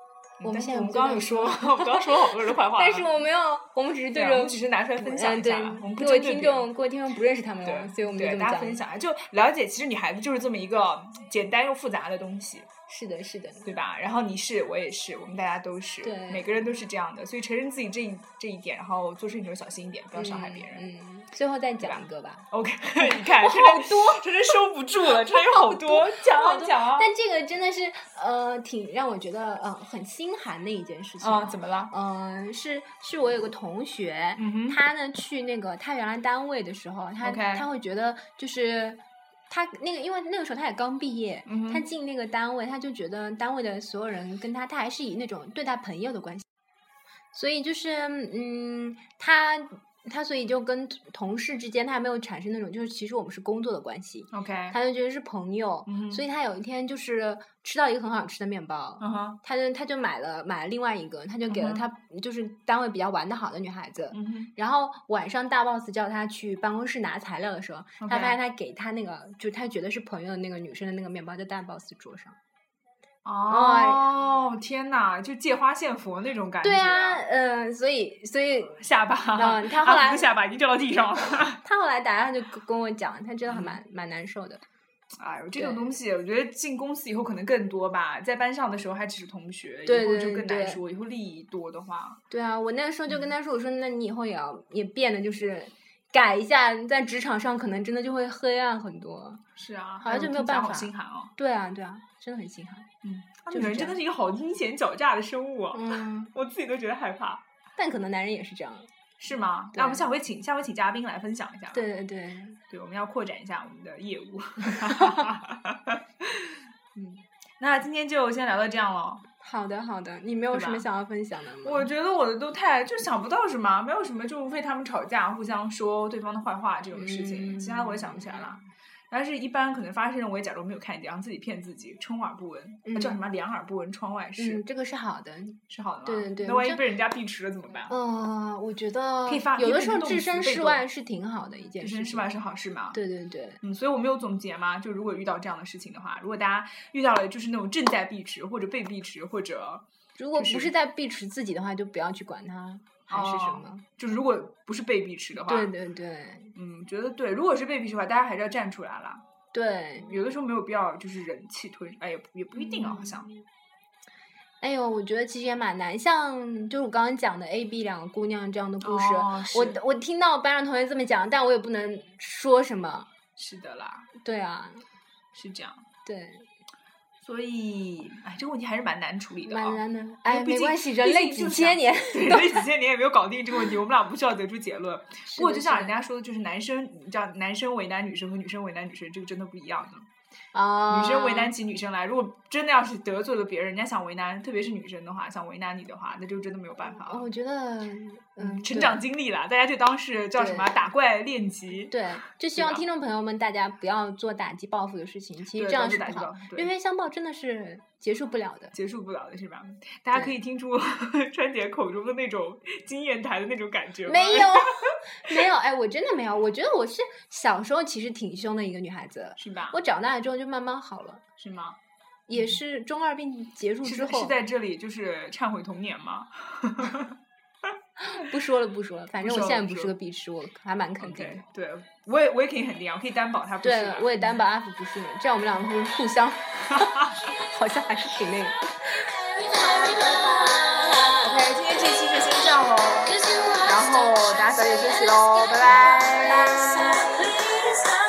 Speaker 2: 我们
Speaker 3: 但是
Speaker 2: 现在
Speaker 3: 我们
Speaker 2: 不
Speaker 3: 刚刚
Speaker 2: 在
Speaker 3: 有说，
Speaker 2: 说
Speaker 3: 我们刚刚说了好多人的坏话 啊。
Speaker 2: 但是我没有，我们只是对
Speaker 3: 对啊，
Speaker 2: 着，
Speaker 3: 我们只是拿出来分享
Speaker 2: 嗯
Speaker 3: 一
Speaker 2: 对
Speaker 3: 下啦，我们不
Speaker 2: 各位
Speaker 3: 针对
Speaker 2: 听
Speaker 3: 别人
Speaker 2: 众，各位听众不认识他们了
Speaker 3: 对，
Speaker 2: 所以我们就
Speaker 3: 对
Speaker 2: 这
Speaker 3: 大
Speaker 2: 么
Speaker 3: 家
Speaker 2: 讲
Speaker 3: 分
Speaker 2: 了。
Speaker 3: 享，就了解，其实女孩子就是这么一个简单又复杂的东西，
Speaker 2: 是的，是的，
Speaker 3: 对吧？然后你是，我也是，我们大家都是，
Speaker 2: 对
Speaker 3: 每个人都是这样的，所以承认自己这一这一点，然后做事情的时候小心一点，不要伤害别人。
Speaker 2: 嗯。嗯，最后再讲一个吧。
Speaker 3: OK，你看，我好多，真是收不住了，真的有好多，讲
Speaker 2: 好
Speaker 3: 啊
Speaker 2: 多
Speaker 3: 讲啊。
Speaker 2: 但这个真的是呃，挺让我觉得呃很心寒的一件事情。
Speaker 3: 啊，怎么了？
Speaker 2: 嗯，是是我有个同学，
Speaker 3: 嗯哼
Speaker 2: 他呢去那个他原来单位的时候，他
Speaker 3: OK
Speaker 2: 他会觉得就是他那个，因为那个时候他也刚毕业，
Speaker 3: 嗯哼
Speaker 2: 他进那个单位，他就觉得单位的所有人跟他，他还是以那种对待朋友的关系，所以就是嗯，他他所以就跟同事之间，他没有产生那种就是其实我们是工作的关系，
Speaker 3: OK，
Speaker 2: 他就觉得是朋友，
Speaker 3: 嗯哼
Speaker 2: 所以他有一天就是吃到一个很好吃的面包，
Speaker 3: 嗯哼，
Speaker 2: 他就他就买了买了另外一个，他就给
Speaker 3: 嗯
Speaker 2: 了
Speaker 3: 哼
Speaker 2: 他、就是单位比较玩的好的女孩子。
Speaker 3: 嗯哼，
Speaker 2: 然后晚上大 boss 叫他去办公室拿材料的时候他
Speaker 3: OK
Speaker 2: 发现他给他那个就他觉得是朋友的那个女生的那个面包在大 boss 桌上。
Speaker 3: 哦，天哪，就借花献佛那种感觉。
Speaker 2: 对啊，，嗯，所以所以
Speaker 3: 下巴，
Speaker 2: 嗯他后来
Speaker 3: 阿福的下巴已经掉到地 上了。
Speaker 2: 他后来打电话就跟我讲，他
Speaker 3: 嗯
Speaker 2: 真的还蛮、蛮难受的。
Speaker 3: 哎呦，这种
Speaker 2: 对
Speaker 3: 东西，我觉得进公司以后可能更多吧，在班上的时候还只是同学，
Speaker 2: 对
Speaker 3: 以后
Speaker 2: 对
Speaker 3: 就更难
Speaker 2: 对
Speaker 3: 说。以后利益多的话，
Speaker 2: 对啊，我那个时候就
Speaker 3: 嗯
Speaker 2: 跟他说，我说那你以后也要也变得就是改一下，在职场上可能真的就会黑暗很多。
Speaker 3: 是啊，
Speaker 2: 好像
Speaker 3: 哎呦
Speaker 2: 就没
Speaker 3: 听
Speaker 2: 有
Speaker 3: 起来
Speaker 2: 办
Speaker 3: 好
Speaker 2: 法
Speaker 3: 心寒哦。
Speaker 2: 对啊，对啊，真的很心寒。
Speaker 3: 嗯，啊
Speaker 2: 就
Speaker 3: 女
Speaker 2: 是
Speaker 3: 人
Speaker 2: 这
Speaker 3: 真的
Speaker 2: 样
Speaker 3: 是一个好阴险狡诈的生物啊，
Speaker 2: 嗯，
Speaker 3: 我自己都觉得害怕。
Speaker 2: 但可能男人也是这样。
Speaker 3: 是吗？
Speaker 2: 对
Speaker 3: 那我们下回请下回请嘉宾来分享一下。，
Speaker 2: 对对对，
Speaker 3: 对，我们要扩展一下我们的业 务。
Speaker 2: 嗯，
Speaker 3: 那今天就先聊到这样了。
Speaker 2: 好的好的，你没有
Speaker 3: 对
Speaker 2: 什么
Speaker 3: 吧
Speaker 2: 想要分享的吗？
Speaker 3: 我觉得我的都太就想不到什么，没有什么，就无非他们吵架、互相说对方的坏话这种事情，其他的我也想不起来
Speaker 2: 嗯
Speaker 3: 了。但是，一般可能发生了，我也假装没有看见，然后自己骗自己，充耳不闻，啊叫
Speaker 2: 嗯
Speaker 3: 什么“两耳不闻窗外事
Speaker 2: 嗯，这个是好的。”，
Speaker 3: 是好的吗？
Speaker 2: 对对对
Speaker 3: 那万一
Speaker 2: 这
Speaker 3: 被人家逼迟了怎么办？
Speaker 2: 嗯、我觉得
Speaker 3: 可以发
Speaker 2: 有
Speaker 3: 可以
Speaker 2: 的
Speaker 3: 变
Speaker 2: 时
Speaker 3: 成
Speaker 2: 候
Speaker 3: 动
Speaker 2: 置
Speaker 3: 词
Speaker 2: 身
Speaker 3: 被
Speaker 2: 事
Speaker 3: 动
Speaker 2: 外是挺好的一件
Speaker 3: 置
Speaker 2: 事情。
Speaker 3: 身事外是好事嘛？
Speaker 2: 对对对，
Speaker 3: 嗯，所以我们有总结嘛，就如果遇到这样的事情的话，如果大家遇到了就是那种正在避职或者被避职或者
Speaker 2: 如果
Speaker 3: 就
Speaker 2: 不
Speaker 3: 是
Speaker 2: 是在避斥自己的话，就不要去管它，还是什
Speaker 3: 哦
Speaker 2: 么。
Speaker 3: 就如果不是被避职的话，
Speaker 2: 对对对
Speaker 3: 嗯，觉得对，如果是被避职的话，大家还是要站出来啦。
Speaker 7: 对，
Speaker 3: 有的时候没有必要就是忍气吞，哎，也不也不一定啊，好像。
Speaker 2: 嗯哎呦，我觉得其实也蛮难，像就是我刚刚讲的 A、B 两个姑娘这样的故事，
Speaker 3: 哦是
Speaker 2: 我我听到班上同学这么讲，但我也不能说什么。
Speaker 3: 是的啦，
Speaker 2: 对啊，
Speaker 3: 是这样。
Speaker 2: 对，
Speaker 3: 所以，哎，这个问题还是蛮难处理的啊。
Speaker 2: 蛮难的。哎，
Speaker 3: 毕
Speaker 2: 没
Speaker 3: 竟
Speaker 2: 关系，
Speaker 3: 毕
Speaker 2: 人类
Speaker 3: 竟
Speaker 2: 几
Speaker 3: 就是
Speaker 2: 千
Speaker 3: 想
Speaker 2: 年。
Speaker 3: 对，这几千年也没有搞定这个问题，我们俩不需要得出结论。不 过
Speaker 2: 是
Speaker 3: 就
Speaker 2: 的
Speaker 3: 像
Speaker 2: 是
Speaker 3: 人
Speaker 2: 的
Speaker 3: 家说的，就是男生，你知道，男生为难女生和女生为难女生，这个真的不一样的。
Speaker 2: 啊，
Speaker 3: 女生为难起女生来，如果真的要是得罪了别人，人家想为难，特别是女生的话，想为难你的话，那就真的没有办法
Speaker 2: 哦，
Speaker 3: 了。
Speaker 2: 我觉得，嗯，
Speaker 3: 成
Speaker 2: 对
Speaker 3: 长经历啦，大家就当是叫什么
Speaker 2: 对
Speaker 3: 打怪练级。
Speaker 2: 对，就希
Speaker 3: 对
Speaker 2: 望
Speaker 3: 吧
Speaker 2: 听众朋友们大家不要做打击报复的事情，其
Speaker 3: 对，
Speaker 2: 实这样是
Speaker 3: 打
Speaker 2: 不
Speaker 3: 击
Speaker 2: 好
Speaker 3: 到，，
Speaker 2: 冤
Speaker 3: 对，
Speaker 2: 冤相报真的是结束不了的。
Speaker 3: 结束不了的是吧？大家可
Speaker 2: 对
Speaker 3: 以听出 川姐口中的那种经验谈的那种感觉吗。
Speaker 2: 没有，没有，哎，我真的没有。我觉得我是小时候其实挺凶的一个女孩子，
Speaker 3: 是吧？
Speaker 2: 我长大了之后就慢慢好了，
Speaker 3: 是吗？
Speaker 2: 也是中二病结束
Speaker 3: 嗯
Speaker 2: 嗯
Speaker 3: 是
Speaker 2: 之
Speaker 3: 在
Speaker 2: 后
Speaker 3: 是，在这里就是忏悔童年吗？
Speaker 2: 不说了不说了，反
Speaker 3: 不
Speaker 2: 正我
Speaker 3: 说
Speaker 2: 现在
Speaker 3: 了不
Speaker 2: 不是
Speaker 3: 说
Speaker 2: 个鄙视，我还蛮肯定的
Speaker 3: OK，。对我也我也可以肯定啊，我可以担保他不是
Speaker 2: 对
Speaker 3: 啊。，
Speaker 2: 我也担保阿福不是，这样我们两个会互 相，好像还是挺那个。
Speaker 1: OK，今天这期就先这样喽，然后大家早点休息喽，拜拜。
Speaker 8: Please,